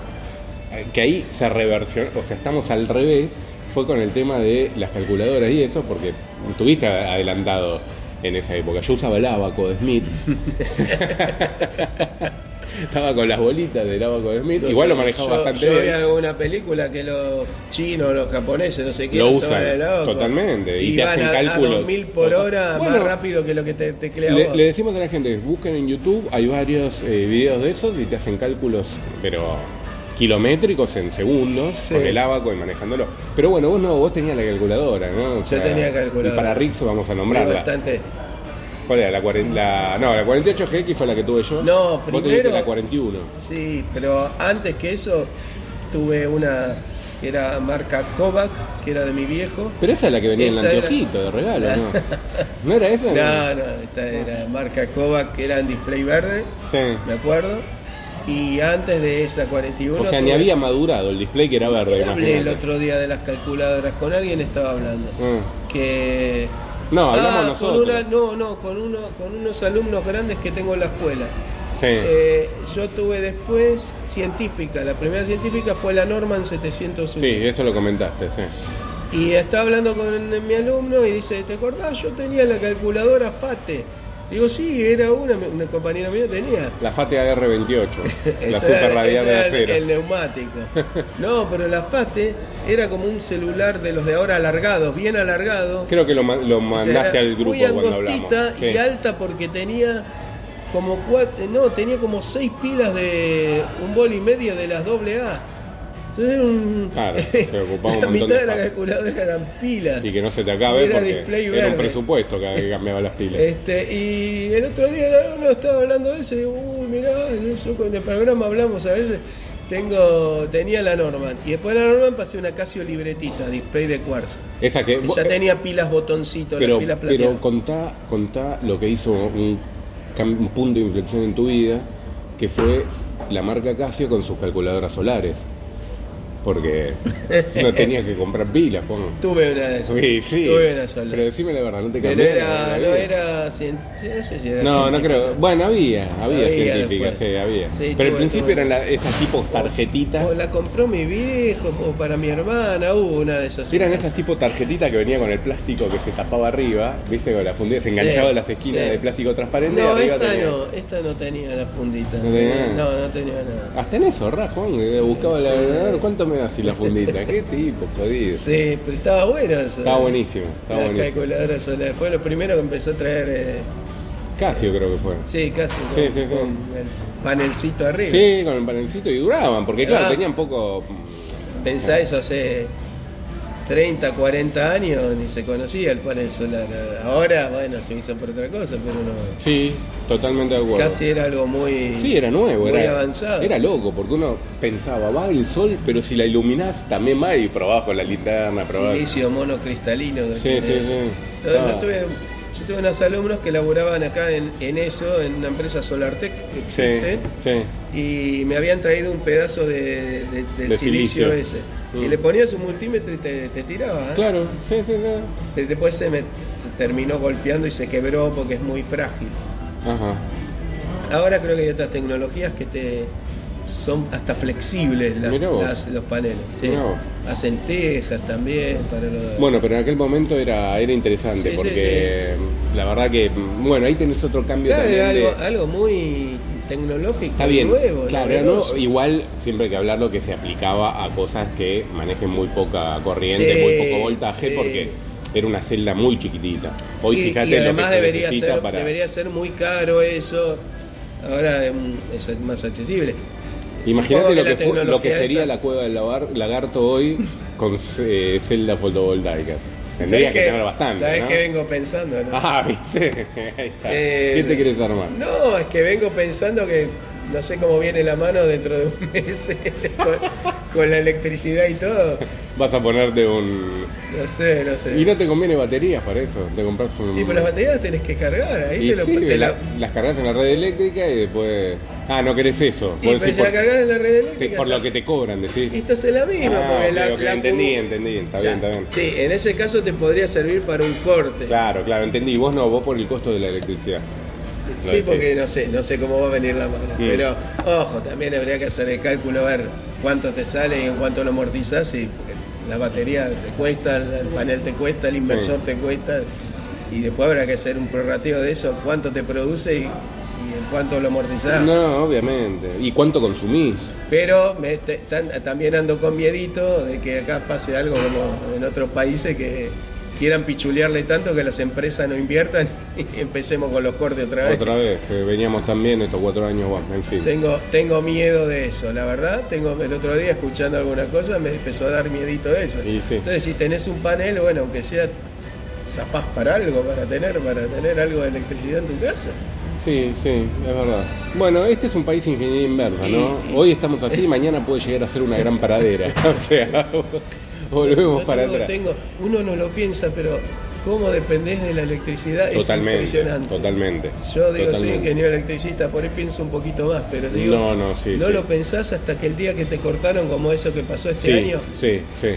[SPEAKER 1] eh, que ahí se reversionó, o sea, estamos al revés, fue con el tema de las calculadoras y eso, porque estuviste a- adelantado en esa época. Yo usaba el abaco de Smith. Estaba con las bolitas de Lava con Smith. Igual lo manejaba
[SPEAKER 2] Yo-
[SPEAKER 1] bastante
[SPEAKER 2] yo
[SPEAKER 1] bien.
[SPEAKER 2] vi alguna película que los chinos, los japoneses, no sé qué,
[SPEAKER 1] Lo
[SPEAKER 2] no se
[SPEAKER 1] usan,
[SPEAKER 2] vuelven locos.
[SPEAKER 1] totalmente, y te
[SPEAKER 2] van
[SPEAKER 1] hacen
[SPEAKER 2] a-
[SPEAKER 1] cálculos.
[SPEAKER 2] A 2000 por hora más
[SPEAKER 1] Bueno.
[SPEAKER 2] rápido que lo que te teclea
[SPEAKER 1] Le,
[SPEAKER 2] vos.
[SPEAKER 1] le decimos a la gente, busquen en YouTube, hay varios eh, videos de esos y te hacen cálculos, pero kilométricos en segundos,
[SPEAKER 2] Sí.
[SPEAKER 1] con el abaco y manejándolo. Pero bueno, vos no, vos tenías la calculadora, ¿no? O
[SPEAKER 2] Yo tenía calculadora.
[SPEAKER 1] Y para Rixo vamos a
[SPEAKER 2] Fue
[SPEAKER 1] nombrarla.
[SPEAKER 2] bastante.
[SPEAKER 1] ¿Cuál era? La, cuaren- la- no, la 48GX fue la que tuve yo.
[SPEAKER 2] No,
[SPEAKER 1] Vos
[SPEAKER 2] primero-
[SPEAKER 1] tuviste la 41.
[SPEAKER 2] Sí, pero antes que eso tuve una que era marca Kovac, que era de mi viejo.
[SPEAKER 1] Pero esa es la que venía en
[SPEAKER 2] Esa
[SPEAKER 1] el
[SPEAKER 2] era-
[SPEAKER 1] anteojito de regalo, ¿no? ¿No era esa?
[SPEAKER 2] No, no, esta era marca Kovac, que era en display verde,
[SPEAKER 1] Sí.
[SPEAKER 2] me acuerdo. Y antes de esa 41.
[SPEAKER 1] O sea, ni
[SPEAKER 2] tuve-
[SPEAKER 1] había madurado el display que era verde,
[SPEAKER 2] Hablé el
[SPEAKER 1] imagínate.
[SPEAKER 2] otro día de las calculadoras con alguien, estaba hablando.
[SPEAKER 1] Ah.
[SPEAKER 2] Que.
[SPEAKER 1] No, hablamos
[SPEAKER 2] Ah, con
[SPEAKER 1] nosotros.
[SPEAKER 2] una- no, no, con, uno, con unos alumnos grandes que tengo en la escuela.
[SPEAKER 1] Sí.
[SPEAKER 2] Eh, yo tuve después científica. La primera científica fue la Norman 701.
[SPEAKER 1] sí, eh. eso lo comentaste, sí.
[SPEAKER 2] Y estaba hablando con mi alumno y dice, ¿te acordás? Yo tenía la calculadora FATE. Digo, sí, era una, una compañera mía tenía.
[SPEAKER 1] La FATE AR28, la
[SPEAKER 2] Ese
[SPEAKER 1] super
[SPEAKER 2] era-
[SPEAKER 1] radial de
[SPEAKER 2] ese era el-
[SPEAKER 1] acero.
[SPEAKER 2] El neumático. No, pero la FATE era como un celular de los de ahora alargados, bien alargado.
[SPEAKER 1] Creo que lo, ma- lo
[SPEAKER 2] O sea,
[SPEAKER 1] mandaste
[SPEAKER 2] era
[SPEAKER 1] al grupo
[SPEAKER 2] muy
[SPEAKER 1] cuando hablamos.
[SPEAKER 2] angostita y
[SPEAKER 1] Sí.
[SPEAKER 2] alta porque tenía como cuatro, no, tenía como seis pilas de un bol y medio de las doble A. Entonces era un.
[SPEAKER 1] Claro, se ocupaba un
[SPEAKER 2] la
[SPEAKER 1] montón de
[SPEAKER 2] mitad de la
[SPEAKER 1] espacio.
[SPEAKER 2] calculadora eran pilas.
[SPEAKER 1] Y que no se te acabe
[SPEAKER 2] Era
[SPEAKER 1] porque
[SPEAKER 2] display
[SPEAKER 1] era un
[SPEAKER 2] verde.
[SPEAKER 1] presupuesto que cambiaba las pilas.
[SPEAKER 2] Este, y el otro día uno estaba hablando de eso y digo, uy, mirá, yo, yo con el programa hablamos a veces, tengo, tenía la Norman. Y después de la Norman pasé una Casio libretita, display de cuarzo.
[SPEAKER 1] Esa que...
[SPEAKER 2] Que
[SPEAKER 1] vos- eh,
[SPEAKER 2] ya tenía pilas botoncitos,
[SPEAKER 1] pero,
[SPEAKER 2] las pilas plateadas.
[SPEAKER 1] pero contá, contá lo que hizo un, cam- un punto de inflexión en tu vida, que fue la marca Casio con sus calculadoras solares. Porque no tenías que comprar pilas, pongo.
[SPEAKER 2] Tuve una de esas.
[SPEAKER 1] Sí, sí.
[SPEAKER 2] Tuve una sola.
[SPEAKER 1] Pero decime la verdad, no te
[SPEAKER 2] Pero
[SPEAKER 1] cambiaron.
[SPEAKER 2] era,
[SPEAKER 1] la
[SPEAKER 2] no
[SPEAKER 1] vida?
[SPEAKER 2] era, cien- yo no sé si era
[SPEAKER 1] No, no
[SPEAKER 2] científica.
[SPEAKER 1] creo. Bueno, había, había,
[SPEAKER 2] Había
[SPEAKER 1] científicas,
[SPEAKER 2] después.
[SPEAKER 1] sí, había.
[SPEAKER 2] Sí,
[SPEAKER 1] Pero al
[SPEAKER 2] tuve,
[SPEAKER 1] principio
[SPEAKER 2] tuve.
[SPEAKER 1] eran la- esas tipos
[SPEAKER 2] O
[SPEAKER 1] tarjetitas.
[SPEAKER 2] la compró mi viejo, o para mi hermana, hubo una de esas.
[SPEAKER 1] Eran esas tipo tarjetitas que venía con el plástico que se tapaba arriba, viste, con la fundida, se enganchaba
[SPEAKER 2] Sí,
[SPEAKER 1] a las esquinas
[SPEAKER 2] sí.
[SPEAKER 1] de plástico transparente. y
[SPEAKER 2] No,
[SPEAKER 1] arriba
[SPEAKER 2] esta
[SPEAKER 1] tenía-
[SPEAKER 2] no, esta no tenía la fundita.
[SPEAKER 1] No tenía nada.
[SPEAKER 2] no, no tenía nada.
[SPEAKER 1] Hasta en eso, rajón, buscaba la. a ver, ¿Cuánto me das y la fundita? ¿Qué tipo, jodido?
[SPEAKER 2] Sí, pero estaba bueno eso.
[SPEAKER 1] Estaba buenísimo, estaba
[SPEAKER 2] la
[SPEAKER 1] buenísimo.
[SPEAKER 2] calculadora solar. Fue lo primero que empezó a traer. eh,
[SPEAKER 1] Casio creo que fue.
[SPEAKER 2] sí, casi.
[SPEAKER 1] Sí, sí,
[SPEAKER 2] con,
[SPEAKER 1] sí.
[SPEAKER 2] con el panelcito arriba.
[SPEAKER 1] Sí, con el panelcito y duraban, porque claro,
[SPEAKER 2] Ah.
[SPEAKER 1] tenían poco.
[SPEAKER 2] Pensá eso hace 30, 40 años ni se conocía el panel solar. Ahora, bueno, se hizo por otra cosa, pero no.
[SPEAKER 1] Sí, totalmente de acuerdo.
[SPEAKER 2] Casi era algo muy.
[SPEAKER 1] Sí, era nuevo,
[SPEAKER 2] muy
[SPEAKER 1] era,
[SPEAKER 2] avanzado.
[SPEAKER 1] era loco, porque uno pensaba, va el sol, pero si la iluminás también va y probás con la linterna, probás.
[SPEAKER 2] Silicio monocristalino. que
[SPEAKER 1] Sí,
[SPEAKER 2] tiene
[SPEAKER 1] sí,
[SPEAKER 2] eso.
[SPEAKER 1] sí.
[SPEAKER 2] No, no
[SPEAKER 1] Ah.
[SPEAKER 2] tuve- yo tuve unos alumnos que laburaban acá en, en eso, en una empresa Solartec que
[SPEAKER 1] Sí,
[SPEAKER 2] existe.
[SPEAKER 1] sí.
[SPEAKER 2] y me habían traído un pedazo de, de- del
[SPEAKER 1] De
[SPEAKER 2] silicio,
[SPEAKER 1] silicio.
[SPEAKER 2] ese.
[SPEAKER 1] Mm.
[SPEAKER 2] Y le ponías un multímetro y te, te tiraba. ¿eh?
[SPEAKER 1] Claro, sí, sí, sí.
[SPEAKER 2] Y Después se me se terminó golpeando y se quebró porque es muy frágil.
[SPEAKER 1] Ajá.
[SPEAKER 2] Ahora creo que hay otras tecnologías que te son hasta flexibles las-
[SPEAKER 1] Mirá vos.
[SPEAKER 2] las- los paneles. sí.
[SPEAKER 1] Mirá vos.
[SPEAKER 2] Hacen tejas también para los...
[SPEAKER 1] Bueno, pero en aquel momento era, era
[SPEAKER 2] Sí,
[SPEAKER 1] interesante,
[SPEAKER 2] sí,
[SPEAKER 1] porque la verdad que, bueno, ahí tenés otro cambio
[SPEAKER 2] Claro,
[SPEAKER 1] también
[SPEAKER 2] era
[SPEAKER 1] de-
[SPEAKER 2] algo, algo muy tecnológico,
[SPEAKER 1] Está bien,
[SPEAKER 2] nuevo.
[SPEAKER 1] claro,
[SPEAKER 2] novedoso.
[SPEAKER 1] ¿no? igual siempre hay que hablarlo que se aplicaba a cosas que manejen muy poca corriente,
[SPEAKER 2] Sí,
[SPEAKER 1] muy poco voltaje,
[SPEAKER 2] sí.
[SPEAKER 1] porque era una celda muy chiquitita. Hoy
[SPEAKER 2] y,
[SPEAKER 1] fíjate
[SPEAKER 2] y además
[SPEAKER 1] lo que se
[SPEAKER 2] debería
[SPEAKER 1] necesita
[SPEAKER 2] ser
[SPEAKER 1] para...
[SPEAKER 2] debería ser muy caro eso ahora es un- es más accesible
[SPEAKER 1] Imagínate lo
[SPEAKER 2] Supongo que
[SPEAKER 1] que,
[SPEAKER 2] la
[SPEAKER 1] fue- lo que
[SPEAKER 2] tecnología
[SPEAKER 1] sería
[SPEAKER 2] esa.
[SPEAKER 1] la cueva del lavar- lagarto hoy con eh, celda fotovoltaica. Tendría
[SPEAKER 2] ¿Sabés
[SPEAKER 1] que, tener bastante.
[SPEAKER 2] sabés
[SPEAKER 1] ¿no?
[SPEAKER 2] que vengo pensando no?
[SPEAKER 1] Ah, viste. Ahí está.
[SPEAKER 2] Eh,
[SPEAKER 1] ¿Qué te quieres armar?
[SPEAKER 2] no es que vengo pensando que no sé cómo viene la mano dentro de un mes con, con la electricidad y todo
[SPEAKER 1] Vas a ponerte un.
[SPEAKER 2] no sé no sé
[SPEAKER 1] Y no te conviene baterías para eso. Te compras un.
[SPEAKER 2] Y por las baterías tenés que cargar ahí
[SPEAKER 1] Y
[SPEAKER 2] te lo,
[SPEAKER 1] sí,
[SPEAKER 2] te
[SPEAKER 1] la-
[SPEAKER 2] la-
[SPEAKER 1] las cargas en la red eléctrica y después. Ah, no querés eso.
[SPEAKER 2] y
[SPEAKER 1] Vos
[SPEAKER 2] pues
[SPEAKER 1] decís
[SPEAKER 2] la
[SPEAKER 1] por,
[SPEAKER 2] cargas en la red
[SPEAKER 1] te-
[SPEAKER 2] eléctrica
[SPEAKER 1] por lo
[SPEAKER 2] estás-
[SPEAKER 1] que te cobran, decís.
[SPEAKER 2] Estás en la misma,
[SPEAKER 1] Ah,
[SPEAKER 2] porque la,
[SPEAKER 1] ok, ok,
[SPEAKER 2] la-
[SPEAKER 1] entendí, entendí, está
[SPEAKER 2] Ya.
[SPEAKER 1] bien, está bien.
[SPEAKER 2] Sí, en ese caso te podría servir para un corte.
[SPEAKER 1] Claro, claro, entendí. Vos no, vos por el costo de la electricidad.
[SPEAKER 2] Sí,
[SPEAKER 1] Lo
[SPEAKER 2] porque
[SPEAKER 1] decís.
[SPEAKER 2] no sé, no sé cómo va a venir la mano.
[SPEAKER 1] Mm.
[SPEAKER 2] Pero, ojo, también habría que hacer el cálculo, ver cuánto te sale y en cuánto lo amortizás. Y porque la batería te cuesta, el panel te cuesta, el inversor te cuesta. Y después habrá que hacer un prorrateo de eso, cuánto te produce y y en cuánto lo amortizás.
[SPEAKER 1] No, obviamente. ¿Y cuánto consumís?
[SPEAKER 2] Pero me te- tan- también ando con miedito de que acá pase algo como en otros países que quieran pichulearle tanto que las empresas no inviertan y empecemos con los cortes otra vez.
[SPEAKER 1] Otra vez, eh, veníamos también estos cuatro años, bueno, en fin.
[SPEAKER 2] Tengo, tengo miedo de eso, la verdad. Tengo el otro día escuchando alguna cosa me empezó a dar miedito de eso.
[SPEAKER 1] Y sí.
[SPEAKER 2] Entonces si tenés un panel, bueno, aunque sea zapás para algo, para tener, para tener algo de electricidad en tu casa.
[SPEAKER 1] Sí, sí, es verdad. Bueno, este es un país ingeniería inversa,
[SPEAKER 2] Y- y-
[SPEAKER 1] ¿no? Hoy estamos
[SPEAKER 2] Eh.
[SPEAKER 1] así, mañana puede llegar a ser una gran paradera. o sea, volvemos
[SPEAKER 2] Yo
[SPEAKER 1] para
[SPEAKER 2] tengo-
[SPEAKER 1] atrás.
[SPEAKER 2] tengo- uno no lo piensa, pero cómo dependés de la electricidad es
[SPEAKER 1] Totalmente,
[SPEAKER 2] impresionante.
[SPEAKER 1] totalmente.
[SPEAKER 2] Yo digo, soy
[SPEAKER 1] totalmente.
[SPEAKER 2] ingeniero electricista, por ahí pienso un poquito más, pero digo,
[SPEAKER 1] No, no, sí, sí.
[SPEAKER 2] lo pensás hasta que el día que te cortaron como eso que pasó este
[SPEAKER 1] sí,
[SPEAKER 2] año.
[SPEAKER 1] Sí, sí.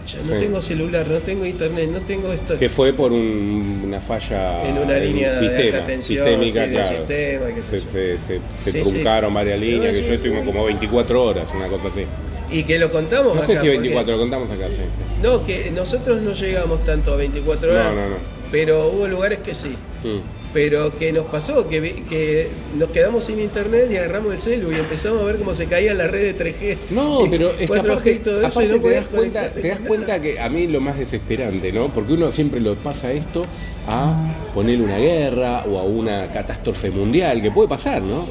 [SPEAKER 2] Pucha, no
[SPEAKER 1] Sí.
[SPEAKER 2] tengo celular, no tengo internet, no tengo esto.
[SPEAKER 1] Que fue por un- una falla
[SPEAKER 2] en una
[SPEAKER 1] del
[SPEAKER 2] línea de
[SPEAKER 1] sistema,
[SPEAKER 2] alta tensión,
[SPEAKER 1] sistémica,
[SPEAKER 2] sí, del
[SPEAKER 1] claro.
[SPEAKER 2] sistema, qué sé
[SPEAKER 1] se,
[SPEAKER 2] yo.
[SPEAKER 1] se, se, se
[SPEAKER 2] Sí, sí.
[SPEAKER 1] truncaron varias
[SPEAKER 2] Pero
[SPEAKER 1] líneas, que
[SPEAKER 2] es
[SPEAKER 1] yo
[SPEAKER 2] un-
[SPEAKER 1] estuvimos como 24 horas, una cosa así.
[SPEAKER 2] Y que lo contamos
[SPEAKER 1] No sé
[SPEAKER 2] acá,
[SPEAKER 1] si 24,
[SPEAKER 2] porque-
[SPEAKER 1] lo contamos acá, sí. sí.
[SPEAKER 2] No, que nosotros no llegamos tanto a 24 horas,
[SPEAKER 1] No, no, no.
[SPEAKER 2] pero hubo lugares que sí.
[SPEAKER 1] Mm.
[SPEAKER 2] Pero que nos pasó, que, vi- que nos quedamos sin internet y agarramos el celu y empezamos a ver cómo se caía la red de 3G.
[SPEAKER 1] No, pero es que
[SPEAKER 2] 4G
[SPEAKER 1] aparte,
[SPEAKER 2] y todo eso y
[SPEAKER 1] aparte
[SPEAKER 2] no
[SPEAKER 1] te
[SPEAKER 2] podías
[SPEAKER 1] das cuenta,
[SPEAKER 2] conectarte
[SPEAKER 1] te das
[SPEAKER 2] con
[SPEAKER 1] cuenta que a mí lo más desesperante, ¿no? Porque uno siempre lo pasa esto a poner una guerra o a una catástrofe mundial, que puede pasar, ¿no?